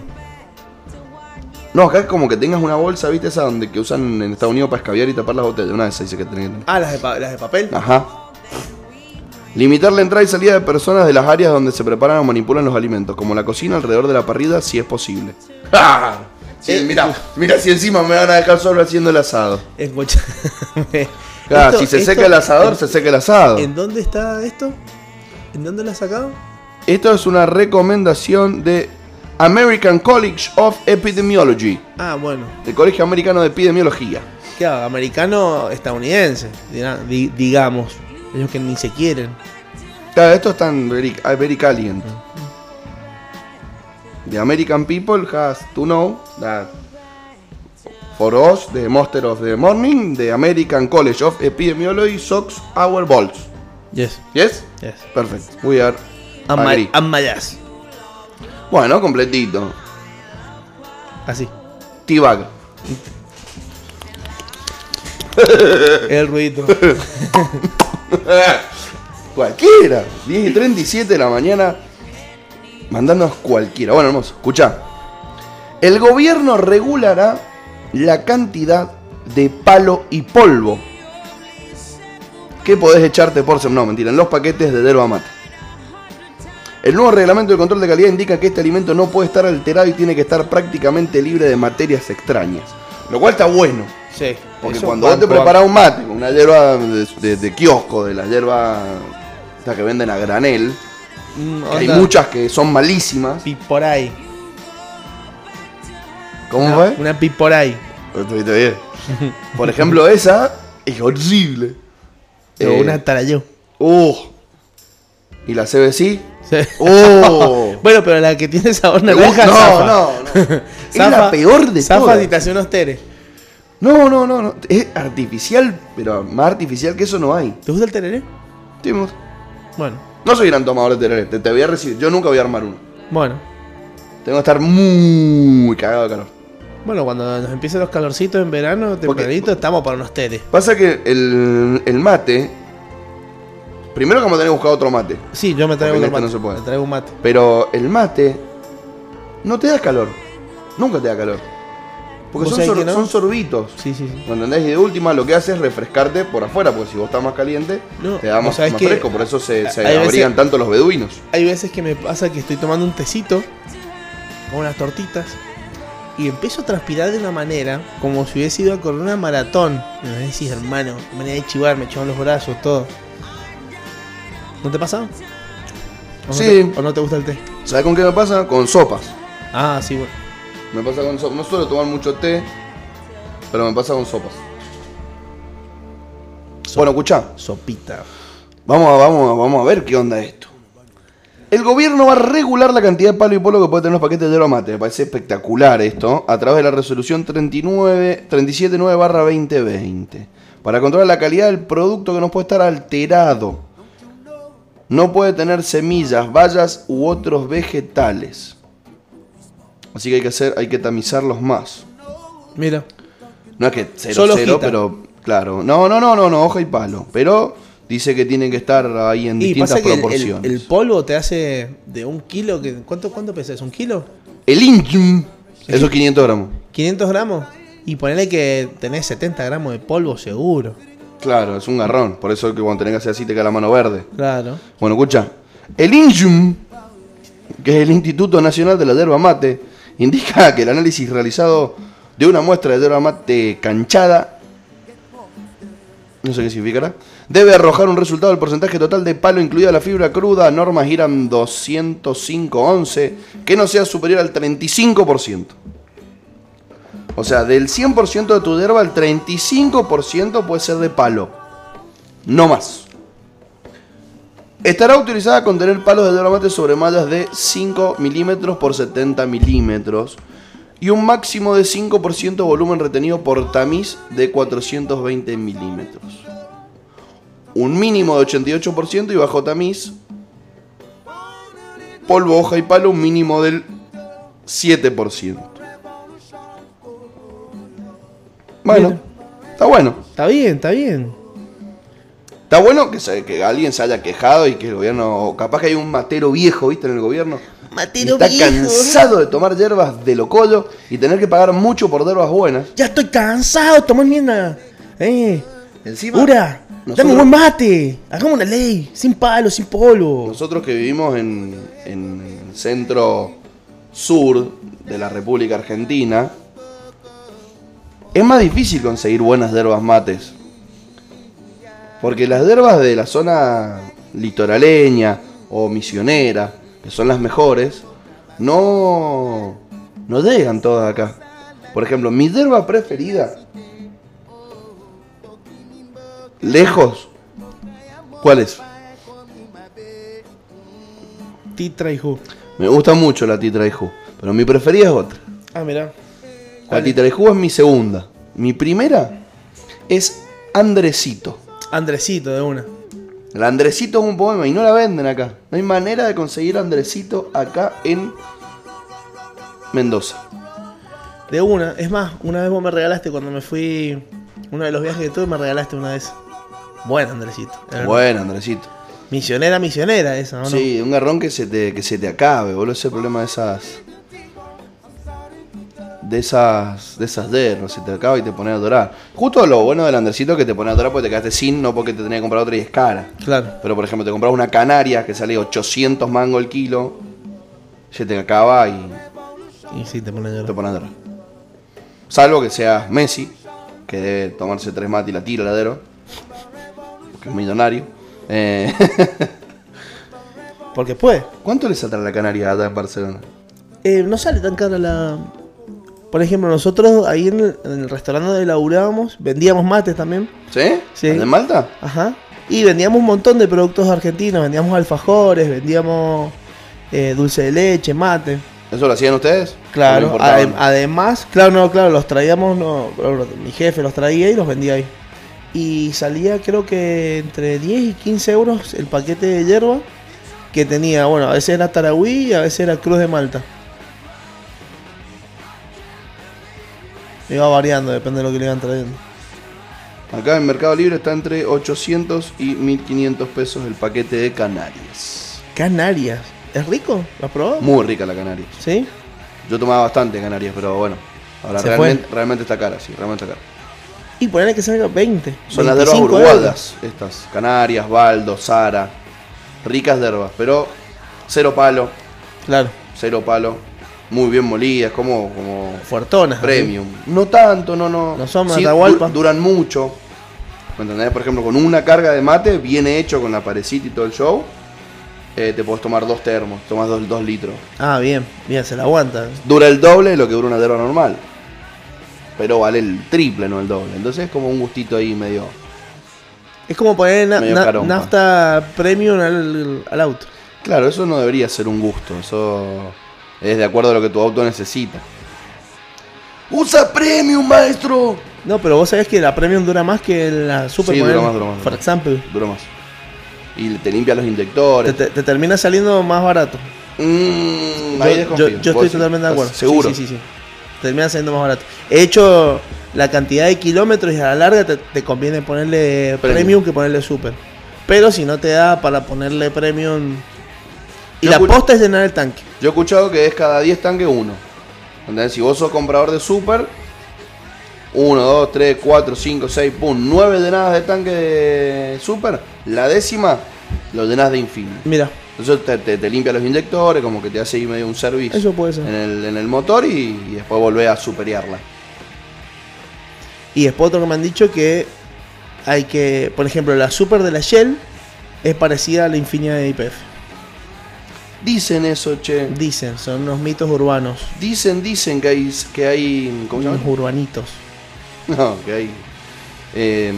No, acá es como que tengas una bolsa, ¿viste? Esa donde que usan en Estados Unidos para escabiar y tapar las botellas. Una de esas dice que tenés.
Ah, las de, pa- las de papel.
Ajá. Limitar la entrada y salida de personas de las áreas donde se preparan o manipulan los alimentos, como la cocina alrededor de la parrilla, si es posible. ¡Ja! Sí, mira, mira si encima me van a dejar solo haciendo el asado.
Escucha-
Claro,
Esto-
si se
esto-
seca el asador,
en-
se seca el asado.
¿En dónde está esto? ¿En dónde lo has sacado?
Esto es una recomendación de American College of Epidemiology,
Ah, bueno.
el Colegio Americano de Epidemiología.
Claro, americano estadounidense, dirá- di- digamos. Ellos que ni se quieren.
Claro, esto es tan very, ah, very caliente. The American people has to know that for us, the monster of the morning, the American College of Epidemiology socks our balls.
Yes,
Yes?
yes.
Perfect. We are
Ama-
agree.
Amayas.
Bueno, completito.
Así.
T-Bag.
El ruido.
Cualquiera. 10 y 37 de la mañana. Mandarnos cualquiera. Bueno, hermoso. Escucha. El gobierno regulará la cantidad de palo y polvo que podés echarte por semana. No, mentira. En los paquetes de derba mate. El nuevo reglamento de control de calidad indica que este alimento no puede estar alterado y tiene que estar prácticamente libre de materias extrañas. Lo cual está bueno.
Sí.
Porque
Eso
cuando vos te
banco,
preparás un mate con una hierba de, de- de kiosco, de las hierbas estas que venden a granel,
banco. Mm,
que hay
onda,
muchas que son malísimas.
Piporay.
¿Cómo
Una-
fue?
Una piporay.
Estuviste bien. Por ejemplo, esa es horrible.
O
Eh,
una tarayú.
uh. Y la CBC.
Sí.
¡Oh!
Bueno, pero la que tiene sabor
Me gusta-
naranja.
no,
zafa.
no, no. Es
Zafa-
la peor de
zafa
todas.
si te hace unos teres.
No, no, no, no. Es artificial, pero más artificial que eso no hay.
¿Te gusta el tereré?
Sí, me gusta.
Bueno,
No soy gran tomador de tereré. Te, te voy a recibir. Yo nunca voy a armar uno.
bueno.
Tengo que estar muy cagado de calor.
Bueno, cuando nos empiecen los calorcitos en verano, tempranito, estamos para unos teres.
Pasa que el, el mate. Primero que vamos a tener que buscar otro mate.
Sí, yo me traigo
Porque
un
en este
mate.
no se puede.
Me traigo un mate.
Pero el mate. No te da calor. Nunca te da calor. Porque
¿Vos
son,
sabés
sor-
que no?
son sorbitos.
Sí, sí, sí.
¿Me entendés? Y de última lo que hace es refrescarte por afuera. Porque si vos estás más caliente,
No,
te da
vos
más,
sabés
más
que
fresco. Por eso se, se
hay veces-
abrigan tanto los beduinos.
Hay veces que me pasa que estoy tomando un tecito con unas tortitas y empiezo a transpirar de una manera como si hubiese ido a correr una maratón. Me vas a decir, hermano, me manera de chivar, me echaban los brazos, todo. ¿No te pasa? ¿O no
Sí.
te- ¿O no te gusta el té?
¿Sabes con qué me pasa? Con sopas.
Ah, sí, bueno.
Me pasa con sopas. No suelo tomar mucho té, pero me pasa con sopas. Bueno, escuchá.
Sopita.
Vamos a, vamos, a- vamos a ver qué onda esto. El gobierno va a regular la cantidad de palo y polo que puede tener los paquetes de hierba mate. Me parece espectacular esto. A través de la resolución 39, 379 barra 2020. Para controlar la calidad del producto que no puede estar alterado. No puede tener semillas, bayas u otros vegetales. Así que hay que hacer, hay que tamizarlos más.
Mira.
No es que cero,
Solo
cero,
hojita.
pero claro. No, no, no, no, no, hoja y palo. Pero dice que tienen que estar ahí en
Y
distintas
pasa que el, el-
proporciones.
el polvo te hace de un kilo. Que, ¿Cuánto, cuánto pesas? ¿Un kilo?
El inchum, esos 500 gramos.
500 gramos. Y ponele que tenés 70 gramos de polvo seguro.
Claro, es un garrón. Por eso que cuando tenés que hacer así te queda la mano verde.
Claro.
Bueno, escucha. El INJUM, que es el Instituto Nacional de la Yerba Mate, indica que el análisis realizado de una muestra de yerba mate canchada, no sé qué significará, debe arrojar un resultado del porcentaje total de palo incluida la fibra cruda, normas giran 205.11, que no sea superior al 35%. O sea, del 100% de tu yerba, el 35% puede ser de palo. No más. Estará autorizada a contener palos de hierba mate sobre mallas de 5 milímetros por 70 milímetros y un máximo de 5% volumen retenido por tamiz de 420 milímetros. Un mínimo de 88% y bajo tamiz. Polvo, hoja y palo, un mínimo del 7%. Bueno, está bueno.
Está bien, está bien.
Está bueno que, se- que alguien se haya quejado y que el gobierno. Capaz que hay un matero viejo, ¿viste? En el gobierno.
Matero
está
viejo.
cansado de tomar hierbas de locollo y tener que pagar mucho por hierbas buenas.
Ya estoy cansado, tomar mierda. Eh.
Encima.
Pura, dame
nosotros-
un buen mate. Hagamos una ley. Sin palo, sin polvo.
Nosotros que vivimos en, en el centro sur de la República Argentina, es más difícil conseguir buenas hierbas mates. Porque las hierbas de la zona litoraleña o misionera, que son las mejores, no, no llegan todas acá. Por ejemplo, mi hierba preferida, lejos, ¿cuál es?
Titra y ju.
Me gusta mucho la Titra Ijú, pero mi preferida es otra.
Ah, mirá.
La Titra Ijú es mi segunda. Mi primera es Andresito.
Andresito de una.
El Andresito es un poema y no la venden acá. No hay manera de conseguir Andresito acá en Mendoza.
De una. Es más, una vez vos me regalaste cuando me fui. Uno de los viajes que tuve, me regalaste una de esas. Buena, Andresito. Es verdad.
Bueno, Andresito.
Misionera, misionera esa, ¿o ¿no?
Sí, un garrón que se te, que se te acabe, boludo. Ese problema de esas. De esas. De esas derros. Se te acaba y te pone a dorar. Justo lo bueno del Andresito es que te pone a dorar porque te quedaste sin, no porque te tenías que comprar otra y es cara.
Claro.
Pero por ejemplo, te compras una canaria que sale 800 mango el kilo, se te acaba y
Y sí, te pone a
te
llorar.
pones a llorar. Salvo que seas Messi, que debe tomarse tres mates y la tira al heladero, porque es millonario. Eh,
Porque puede.
¿Cuánto le saldrá la canaria acá en Barcelona?
Eh, no sale tan cara la. Por ejemplo, nosotros ahí en el, en el restaurante donde laburábamos, vendíamos mates también.
¿Sí?
Sí.
¿El de Malta?
Ajá. Y vendíamos un montón de productos argentinos. Vendíamos alfajores, vendíamos eh, dulce de leche, mate.
¿Eso lo hacían ustedes? ¿O
Claro.
no importaban?
adem- además, claro, no, claro, los traíamos, no, bueno, mi jefe los traía y los vendía ahí. Y salía creo que entre 10 y 15 euros el paquete de hierba que tenía, bueno, a veces era Tarahui y a veces era Cruz de Malta. Iba variando, depende de lo que le iban trayendo.
Acá en Mercado Libre está entre 800 y 1500 pesos el paquete de canarias.
Canarias, ¿es rico? ¿Lo has probado?
Muy rica la canaria.
¿Sí?
Yo tomaba bastante Canarias, pero bueno. Ahora
Se
realmente, realmente está cara, sí, realmente está cara.
Y ponerle que salga 20.
Son las derbas
25
uruguayas, estas. Canarias, Baldo, Sara. Ricas derbas, pero cero palo,
euros. Claro,
cero palo. Muy bien molidas, como, como
fuertonas. así.
premium. No tanto, no, no.
No son
du-
Atahualpa.
duran mucho. ¿Me entendés? Por ejemplo, con una carga de mate, bien hecho, con la parecita y todo el show, eh, te podés tomar dos termos, tomás dos, dos litros.
Ah, bien, bien, se la aguanta.
dura el doble de lo que dura una derba normal. Pero vale el triple, no el doble. Entonces es como un gustito ahí medio.
Es como poner na-
Medio
na-
carompa.
nafta premium al, al auto.
Claro, eso no debería ser un gusto. Eso es de acuerdo a lo que tu auto necesita. ¡Usa premium, maestro!
No, pero vos sabés que la premium dura más que la super.
Sí, dura
poner,
más, dura más, dura
For
más.
example,
Dura más. Y te limpia los
te,
inyectores.
te- te termina saliendo más barato.
Mm,
Yo,
ahí
yo-
desconfío.
yo
Vos
estoy
sí,
totalmente de
estás
acuerdo.
Seguro.
Sí, sí, sí. sí. Termina saliendo más barato. He hecho la cantidad de kilómetros y a la larga te, te conviene ponerle
Premium.
premium. que ponerle super. Pero si no te da para ponerle premium. Y
Yo
la
escuch-
posta es llenar el tanque.
Yo he escuchado que es cada 10 tanques uno. ¿Entendés? Si vos sos comprador de super, 1, 2, 3, 4, 5, 6, pum, 9 llenadas de tanque de super, la décima lo llenás de infinito.
Mira,
Entonces te, te- te limpia los inyectores, como que te hace ahí medio un servicio
eso puede ser.
en el, en el motor y, y después volvés a superarla.
Y después otro que me han dicho que hay que, por ejemplo, la super de la Shell es parecida a la infinidad de IPF.
Dicen eso, che.
Dicen, son unos mitos urbanos,
Dicen, dicen que hay. Que hay ¿Cómo se
unos
llama?
urbanitos.
No, que hay eh,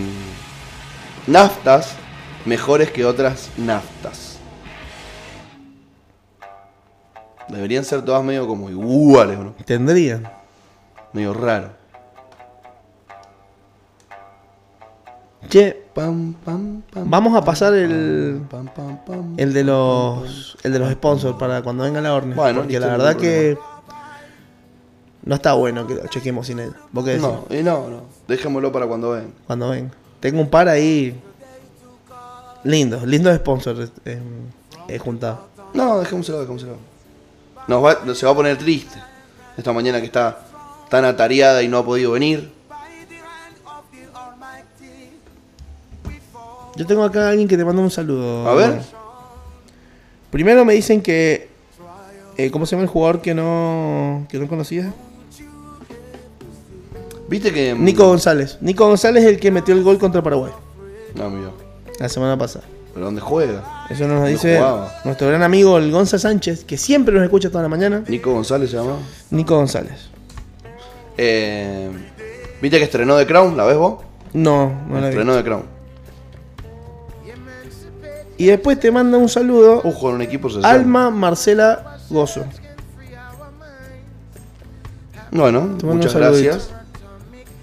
naftas mejores que otras naftas. Deberían ser todas medio como iguales, ¿no?
Tendrían.
Medio raro.
Che,
Pam, pam, pam,
vamos a pasar el,
pam, pam, pam.
el de los el de los sponsors para cuando venga la orden.
Bueno,
porque
listo,
la
no
verdad
hay
que No está bueno que lo chequemos sin él. ¿Vos qué decís?
No, y no, no. Dejémoslo para cuando ven.
Cuando ven. Tengo un par ahí. Lindo, lindo sponsor eh, he juntado.
No, dejémoselo, dejémoselo. Nos va- se va a poner triste. Esta mañana que está tan atareada y no ha podido venir.
Yo tengo acá a alguien que te manda un saludo.
A ver.
Manuel. Primero me dicen que. eh, ¿Cómo se llama el jugador que no, que no conocías?
¿Viste que. mm,
Nico González. Nico González es el que metió el gol contra Paraguay
No, mira.
la semana pasada.
¿Pero dónde juega?
Eso nos
No
dice
jugaba.
nuestro gran amigo el Gonza Sánchez, que siempre nos escucha toda la mañana.
Nico González se llama.
Nico González.
Eh, ¿Viste que estrenó The Crown? ¿La ves vos?
No, no la vi.
estrenó The Crown.
Y después te manda un saludo
Un jugador en un equipo se
Alma Marcela Gozo.
Bueno,
Te mando
muchas
un saludito.
gracias.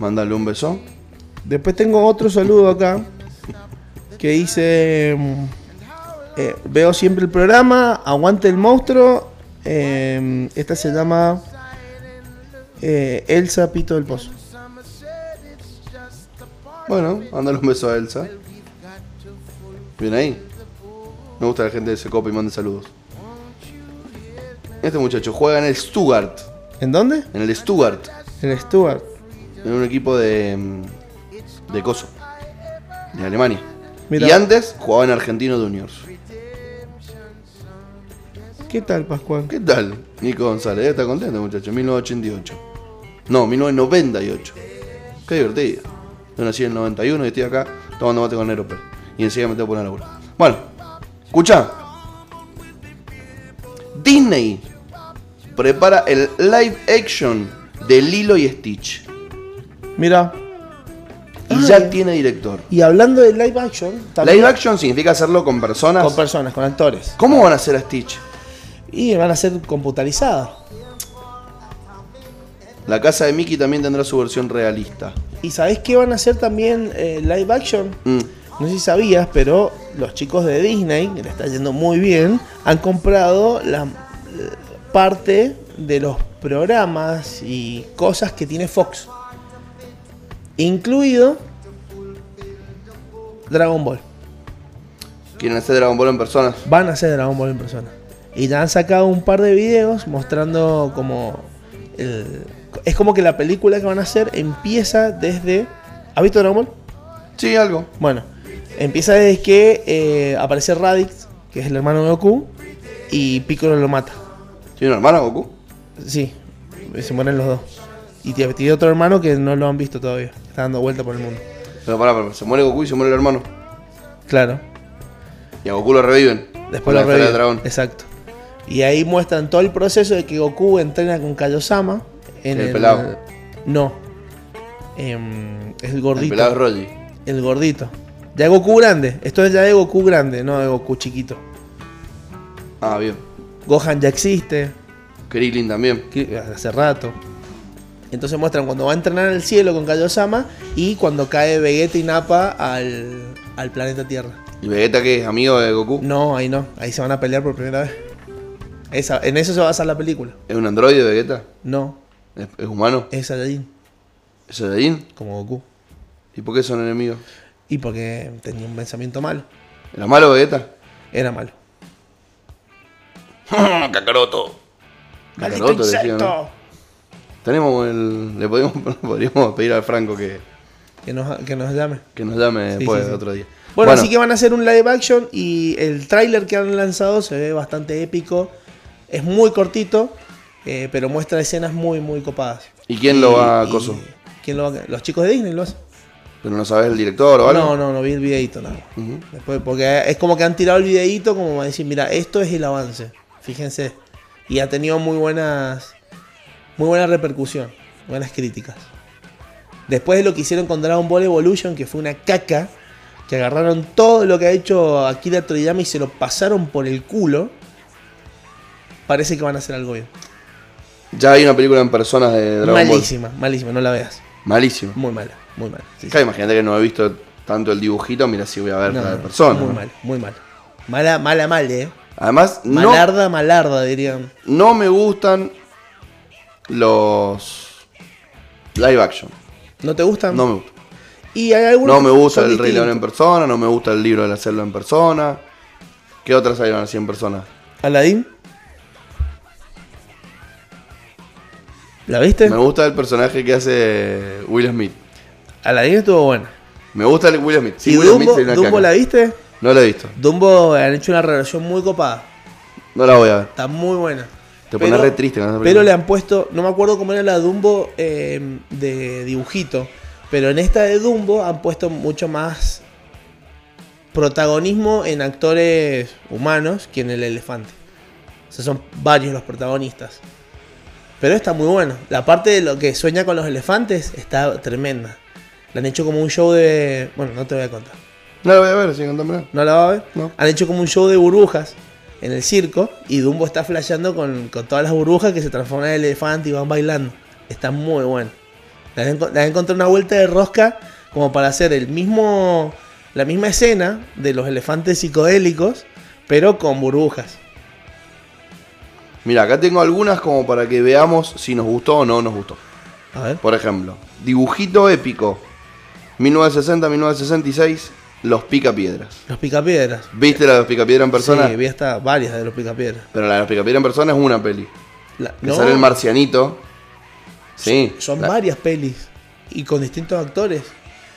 Mándale un beso.
Después tengo otro saludo acá que dice: mm, eh, Veo siempre el programa, aguante el monstruo. eh, esta se llama eh, Elsa Pito del Pozo.
Bueno, mándale un beso a Elsa. Bien ahí. Me gusta la gente de ese y mande saludos. Este muchacho juega en el Stuttgart.
¿En dónde?
En el Stuttgart.
En Stuart.
En un equipo de. mm, de Coso. De Alemania.
Mira.
Y antes jugaba en Argentino Juniors.
¿Qué tal, Pascual?
¿Qué tal? Nico González, ¿eh? está contento, muchacho. 1988. No, 1998. Qué divertido. Yo nací en el 91 y estoy acá tomando mate con Nero Pérez. Y enseguida me tengo que poner a laburar. Bueno, escucha. Disney prepara el live action de Lilo y Stitch.
Mira.
Y
Ah,
ya
bien.
tiene director.
Y hablando de live action, también
Live action significa hacerlo con personas.
con personas, con actores.
¿Cómo van a hacer a Stitch?
Y van a ser computarizadas.
La casa de Mickey también tendrá su versión realista.
¿Y sabés qué van a hacer también eh, live action?
Mm.
No sé si sabías, pero los chicos de Disney, que le está yendo muy bien, han comprado la eh, parte de los programas y cosas que tiene Fox. Incluido Dragon Ball.
Quieren hacer Dragon Ball en personas.
Van a hacer Dragon Ball en persona. Y ya han sacado un par de videos mostrando como... el- es como que la película que van a hacer empieza desde... ¿Has visto Dragon Ball?
Sí, algo.
Bueno, empieza desde que eh, aparece Raditz, que es el hermano de Goku, y Piccolo lo mata.
¿Tiene una hermana, Goku?
Sí, se mueren los dos. Y tiene tiene otro hermano que no lo han visto todavía. que Está dando vuelta por el mundo.
Pero pará, pará, se muere Goku y se muere el hermano.
Claro.
Y a Goku lo reviven. Con
Después
la
lo
esfera
reviven.
de dragón.
Exacto. Y ahí muestran todo el proceso de que Goku entrena con Kaiosama. En
El pelado.
No. Em, es el
El
gordito.
pelado es Rogi.
El gordito. Ya es Goku grande. Esto es ya de Goku grande, no de Goku chiquito.
Ah, bien.
Gohan ya existe.
Krillin también.
que- hace rato. Entonces muestran cuando va a entrenar al cielo con Kaiosama y cuando cae Vegeta y Nappa al, al planeta Tierra.
¿Y Vegeta que es amigo de Goku?
No, ahí no, ahí se van a pelear por primera vez. Esa, en eso se va a basar la película.
¿Es un androide Vegeta?
No,
¿Es, es humano?
es Saiyajin,
¿Es Saiyajin?
como Goku.
¿Y por qué son enemigos?
Y porque tenía un pensamiento malo,
¿Era malo Vegeta?
era malo.
¡Cacaroto!
¡Maldito
Kakaroto decía,
insecto!
¿no? Tenemos el... Le podemos, podríamos pedir al Franco que,
que, nos, que nos llame.
que nos llame
Sí,
después
sí, sí.
otro día.
Bueno, así que van a hacer un live action y el tráiler que han lanzado se ve bastante épico. Es muy cortito, eh, pero muestra escenas muy, muy copadas.
¿Y quién lo va a
y-
coso?
¿Quién lo va a- Los chicos de Disney lo hacen.
¿Pero no sabes el director o algo?
No, no, no vi el videíto, nada.
Ujú.
Después, porque es como que han tirado el videíto como para decir, mira, esto es el avance. Fíjense. Y ha tenido muy buenas. Muy buena repercusión. Buenas críticas. Después de lo que hicieron con Dragon Ball Evolution, que fue una caca. Que agarraron todo lo que ha hecho Akira Toriyama y se lo pasaron por el culo. Parece que van a hacer algo bien.
Ya hay una película en personas de Dragon
malísima, malísima, no la veas.
Ball. Malísimo.
Muy mala, muy mala. Sí, sí.
Claro, imagínate que no he visto tanto el dibujito, mira si voy a ver
No,
la
no,
persona.
Muy
¿no?
mal, muy mal. Mala, mala, mal, eh.
Además, no,
Malarda, malarda, dirían.
no me gustan los live action.
¿No te gustan?
No me gusta.
Y hay algunos
No me
que
gusta
son
el Rey León en
distintos.
persona, no me gusta el libro de la selva en persona. ¿Qué otras salieron así en persona?
¿Aladdin? ¿La viste?
Me gusta el personaje que hace Will Smith.
Aladdin estuvo buena.
Me gusta el Will Smith. Sí,
¿Y
Will
Dumbo,
sería una
Dumbo
caca.
la viste?
No la he visto.
Dumbo eh, han hecho una relación muy copada.
No la voy a ver.
Está muy buena.
Te pones re triste con esa
Pero
película.
le han puesto, no me acuerdo cómo era la Dumbo eh, de dibujito, pero en esta de Dumbo han puesto mucho más protagonismo en actores humanos que en el elefante. O sea, son varios los protagonistas. Pero está muy bueno. La parte de lo que sueña con los elefantes está tremenda. La han hecho como un show de... Bueno, no te voy a contar.
No la voy a ver, sí, contámela.
¿No la va a ver?
No.
Han hecho como un show de burbujas en el circo y Dumbo está flasheando con, con todas las burbujas que se transforman en elefante y van bailando. Está muy bueno. Le han, enco- le han encontrado una vuelta de rosca como para hacer el mismo, la misma escena de los elefantes psicodélicos, pero con burbujas.
Mira, acá tengo algunas como para que veamos si nos gustó o no nos gustó.
A ver.
Por ejemplo, dibujito épico. 1960-1966, Los Picapiedras.
Los picapiedras.
¿Viste la de Los Picapiedras en persona?
Sí, vi hasta varias de los picapiedras.
Pero la de Los Picapiedras en persona es una peli.
La-
Que
no,
sale el marcianito. Sí.
son
la,
varias pelis y con distintos actores.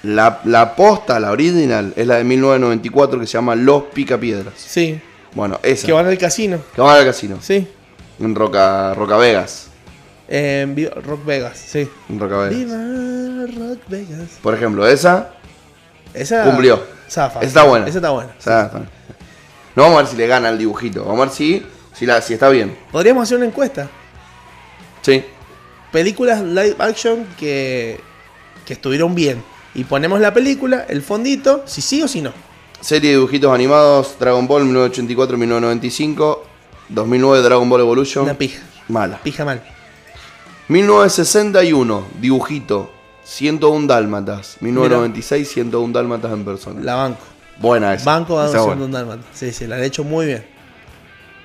la, la posta, la original, es la de 1994 que se llama Los Picapiedras.
Sí.
Bueno, esa.
Que van al casino.
Que van al casino.
Sí.
En Roca, Roca Vegas.
En Viva- Rock Vegas, sí.
En Roca Vegas.
Viva Rock Vegas.
Por ejemplo, esa.
Esa
Cumplió.
Zafa.
Esa está buena.
Esa está buena.
Está- está bien. No vamos a ver si le gana el dibujito. Vamos a ver si, si, la, si está bien.
Podríamos hacer una encuesta.
Sí.
Películas live action que, que estuvieron bien. Y ponemos la película, el fondito, si sí o si no.
Serie de dibujitos animados: Dragon Ball 1984-1995. 2009 Dragon Ball Evolution.
Una pija.
Mala.
Pija mal.
1961, dibujito. 101 Dálmatas. 1996, 101 Dálmatas en persona.
La banco.
Buena esa.
Banco
esa
va
es
siendo
buena.
un dálmata. Sí, sí, la han hecho muy bien.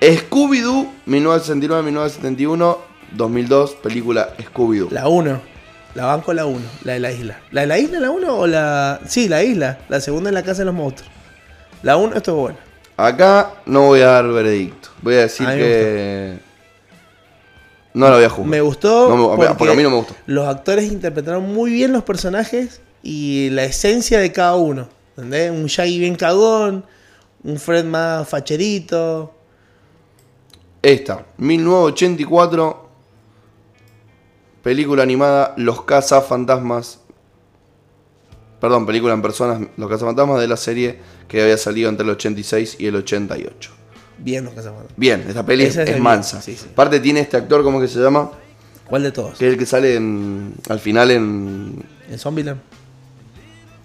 Scooby-Doo, 1969-1971, 2002, película Scooby-Doo.
La 1. La banco la 1. La de la isla. ¿La de la isla la 1 o la.? Sí, la isla. La segunda es la casa de los monstruos. La 1 estuvo buena.
Acá no voy a dar veredicto. Voy a decir
A mí me
que. No la voy a jugar.
Me gustó.
No me- porque, a mí no me gustó.
Los actores interpretaron muy bien los personajes y la esencia de cada uno. ¿Entendés? Un Shaggy bien cagón, un Fred más facherito.
Esta, 1984, película animada Los Cazafantasmas. Perdón, película en personas Los Cazafantasmas de la serie que había salido entre el 86 y el 88.
Bien los cazadores.
Bien, esta peli es,
Esa es
es
el-
mansa.
sí, sí.
Aparte tiene este actor, ¿cómo que se llama?
¿Cuál de todos?
Que es el que sale en- al final en...
En Zombieland.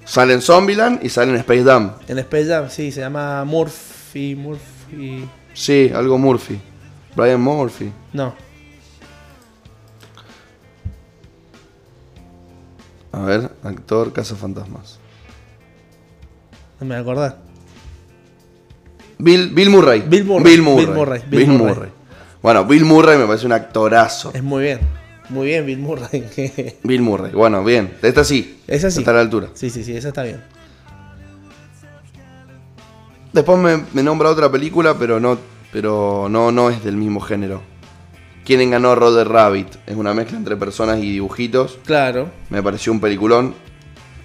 Sale en Zombieland y sale en Space Dam.
En Space Jam, sí, se llama Murphy. Murphy.
Sí, algo Murphy. Brian Murphy.
No.
A ver, actor Cazafantasmas.
No me voy a acordar.
Bill, Bill Murray.
Bill Murray,
Bill Murray.
Bill Murray,
Bill
Bill Murray.
Murray. Bueno, Bill Murray me parece un actorazo.
Es muy bien. Muy bien, Bill Murray.
Bill Murray. Bueno, bien. Esta sí.
Esa sí.
Está a la altura.
sí, sí, sí, esa está bien.
Después me, me nombra otra película, pero no, pero no, no es del mismo género. ¿Quién enganó Roger Rabbit? Es una mezcla entre personas y dibujitos.
Claro.
Me pareció un peliculón.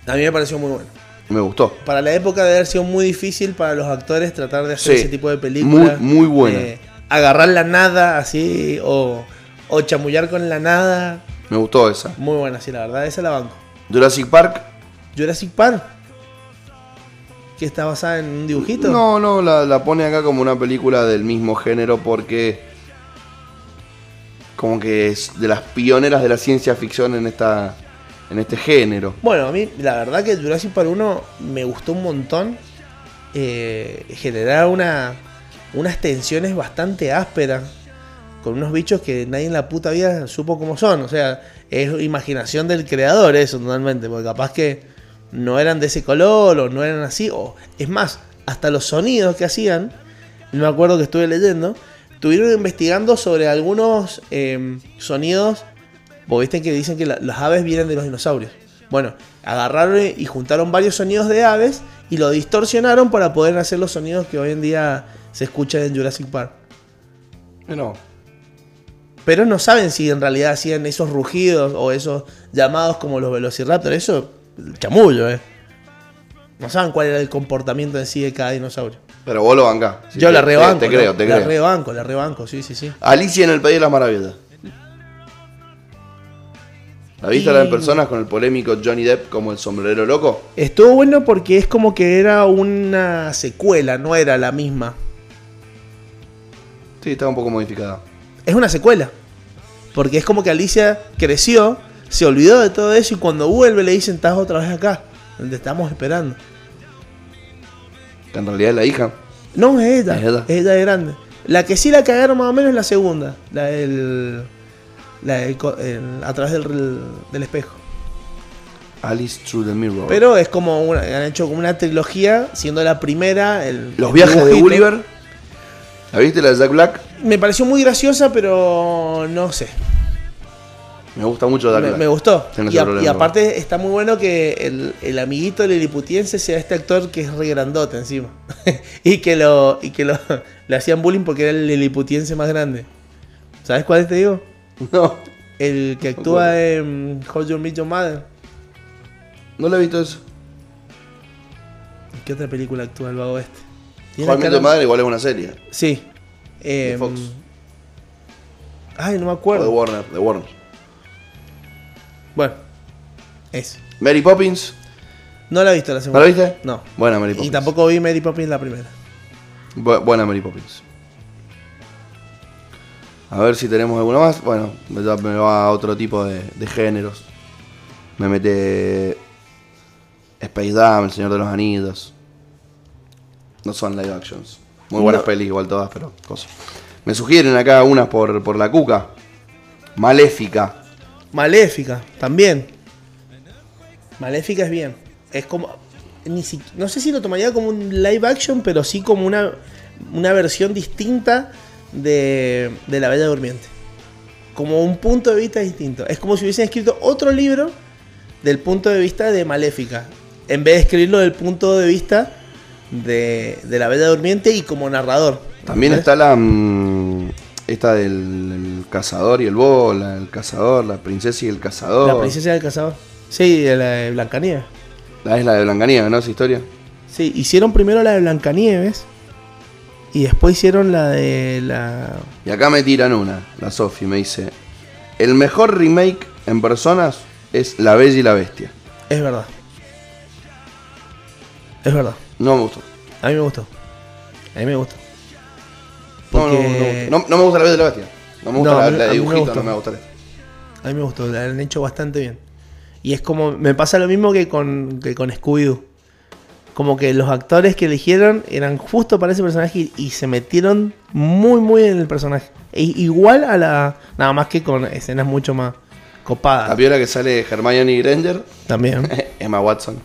A mí me pareció muy bueno.
Me gustó.
para la época debe haber sido muy difícil para los actores tratar de hacer
Sí,
ese tipo de películas. eh,
muy- muy buena.
agarrar la nada así o, o chamullar con la nada.
Me gustó esa.
Muy buena, sí, la verdad, esa la banco.
Jurassic Park.
Jurassic Park, que está basada en un dibujito.
No, no, la, la pone acá como una película del mismo género porque como que es de las pioneras de la ciencia ficción en esta en este género.
Bueno, a mí la verdad que Jurassic Park 1 me gustó un montón. Eh, generaba una, unas tensiones bastante ásperas con unos bichos que nadie en la puta vida supo cómo son. O sea, es imaginación del creador eso totalmente, porque capaz que no eran de ese color o no eran así. O, es más, hasta los sonidos que hacían, no me acuerdo que estuve leyendo, estuvieron investigando sobre algunos em, sonidos Porque viste que dicen que la- las aves vienen de los dinosaurios. Bueno, agarraron y juntaron varios sonidos de aves y lo distorsionaron para poder hacer los sonidos que hoy en día se escuchan en Jurassic Park.
No.
Pero no saben si en realidad hacían esos rugidos o esos llamados como los velociraptors. Eso, chamullo, ¿eh? No saben cuál era el comportamiento en sí de cada dinosaurio.
Pero vos lo bancás. Sí,
Yo
te-
la
te-
rebanco.
Te,
¿no?
creo, te
la
creo.
rebanco, la rebanco, sí, sí, sí.
Alicia en el País de las Maravillas. ¿La viste la en
Y-
personas con el polémico Johnny Depp como el sombrero loco?
Estuvo bueno porque es como que era una secuela, no era la misma.
Sí, estaba un poco modificada.
Es una secuela. Porque es como que Alicia creció, se olvidó de todo eso y cuando vuelve le dicen, estás otra vez acá, donde estamos esperando.
Que en realidad es la hija.
No, es ella.
Es ella.
Es ella de grande. La que sí la cagaron más o menos es la segunda. La del. La del co- el- a través del, del espejo.
Alice Through the Mirror.
Pero es como. Una, han hecho como una trilogía, siendo la primera. El,
Los
el
viajes de
dibujito.
Gulliver. ¿La viste la de Jack Black?
Me pareció muy graciosa, pero. No sé.
Me gusta mucho Jack
Me,
Black.
me gustó.
Sí, no
Y,
se
a-
problema.
y aparte está muy bueno que el, el amiguito liliputiense sea este actor que es re grandote encima. y que lo. Y que lo. Le hacían bullying porque era el liliputiense más grande. ¿Sabes cuál te digo?
No,
El que
acuerdo.
actúa en Hold Your Meet Your Mother.
no la he visto eso.
¿En ¿Qué otra película actúa el vago este? Tiene
Juan
cara-
de Madre igual es una serie.
Sí. Eh,
Fox.
Ay, no
O
me
de
acuerdo.
Warner, de Warner.
Bueno, eso.
Mary Poppins.
No la he visto la
¿No
segunda.
la viste?
No.
Buena Mary Poppins.
Y tampoco vi Mary Poppins la primera.
Bu- buena Mary Poppins. A ver si tenemos alguna más. Bueno, ya me va a otro tipo de, de géneros. Me mete Space Jam, El Señor de los Anillos. No son live actions. Muy buenas
No.
pelis igual todas, pero cosas. Me sugieren acá unas por, por la cuca. Maléfica.
Maléfica, también. Maléfica es bien. Es como. Ni si- no sé si lo tomaría como un live action, pero sí como una, una versión distinta de, de La Bella Durmiente. Como un punto de vista distinto. Es como si hubiesen escrito otro libro del punto de vista de Maléfica. En vez de escribirlo del punto de vista de, de La Bella Durmiente y como narrador.
También
¿Ves?
está la. mm, esta del el cazador y el bobo, la- el cazador, la princesa y el cazador.
La princesa del cazador. Sí, la de Blancanieves.
La es la de Blancanieves, ¿no? Esa historia.
Sí, hicieron primero la de Blancanieves y después hicieron la de la.
Y acá me tiran una, la Sofi me dice, el mejor remake en personas es La Bella y la Bestia.
Es verdad. Es verdad.
No me gustó.
A mí me gustó. A mí me gustó.
No, no,
Porque-
no, no, no me gusta La Bella y la Bestia. No me gusta
No,
la,
a mí-
la de
a mí me
dibujito,
gustó.
no me gusta. la-
A mí me gustó. La han hecho bastante bien. Y es como. Me pasa lo mismo que con, que con Scooby-Doo. Como que los actores que eligieron eran justo para ese personaje y, y se metieron muy, muy en el personaje. E- igual a la. Nada más que con escenas mucho más
La
copadas.
piola que sale Hermione Granger,
También.
Emma Watson.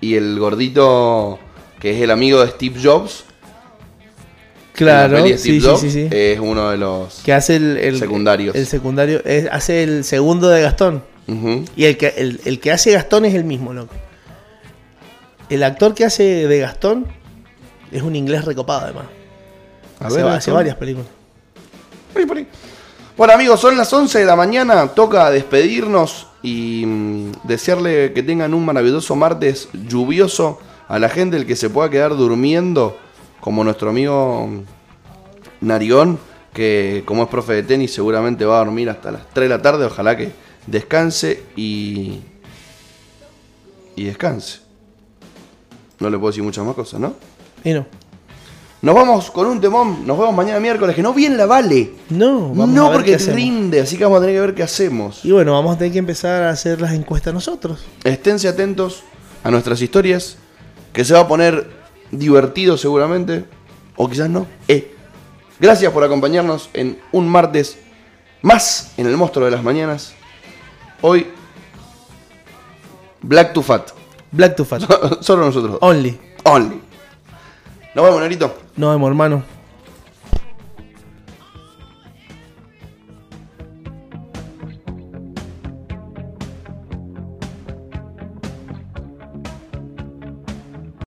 Y el gordito que es el amigo de Steve Jobs. en la
Claro,
peli de
sí,
Steve
sí,
Jobs,
sí, sí.
Es uno de los...
Que hace el, el-
Secundarios.
El secundario. es- hace el segundo de Gastón.
Ujú.
Y el que, el, el que hace Gastón es el mismo, loco. El actor que hace de Gastón es un inglés recopado, además.
A
hace,
ver,
hace
Gastón.
varias películas.
Por ahí, por ahí. Bueno amigos, son las 11 de la mañana, toca despedirnos y mm, desearle que tengan un maravilloso martes lluvioso a la gente, el que se pueda quedar durmiendo, como nuestro amigo mm, Narión, que como es profe de tenis seguramente va a dormir hasta las 3 de la tarde, ojalá que descanse y... Y descanse. No le puedo decir muchas más cosas, ¿no?
Y no.
Nos vamos con un temón, nos vemos mañana miércoles, que no viene la vale.
No, vamos a
No,
ver
porque
qué hacemos.
rinde, así que vamos a tener que ver qué hacemos.
Y bueno, vamos a tener que empezar a hacer las encuestas nosotros.
Esténse atentos a nuestras historias, que se va a poner divertido seguramente, o quizás no. Eh, gracias por acompañarnos en un martes más en el monstruo de las mañanas. Hoy, Black to Fat.
Black to Fat.
Solo nosotros. dos.
Only.
Only. Nos vemos, Nerito.
Nos vemos, hermano.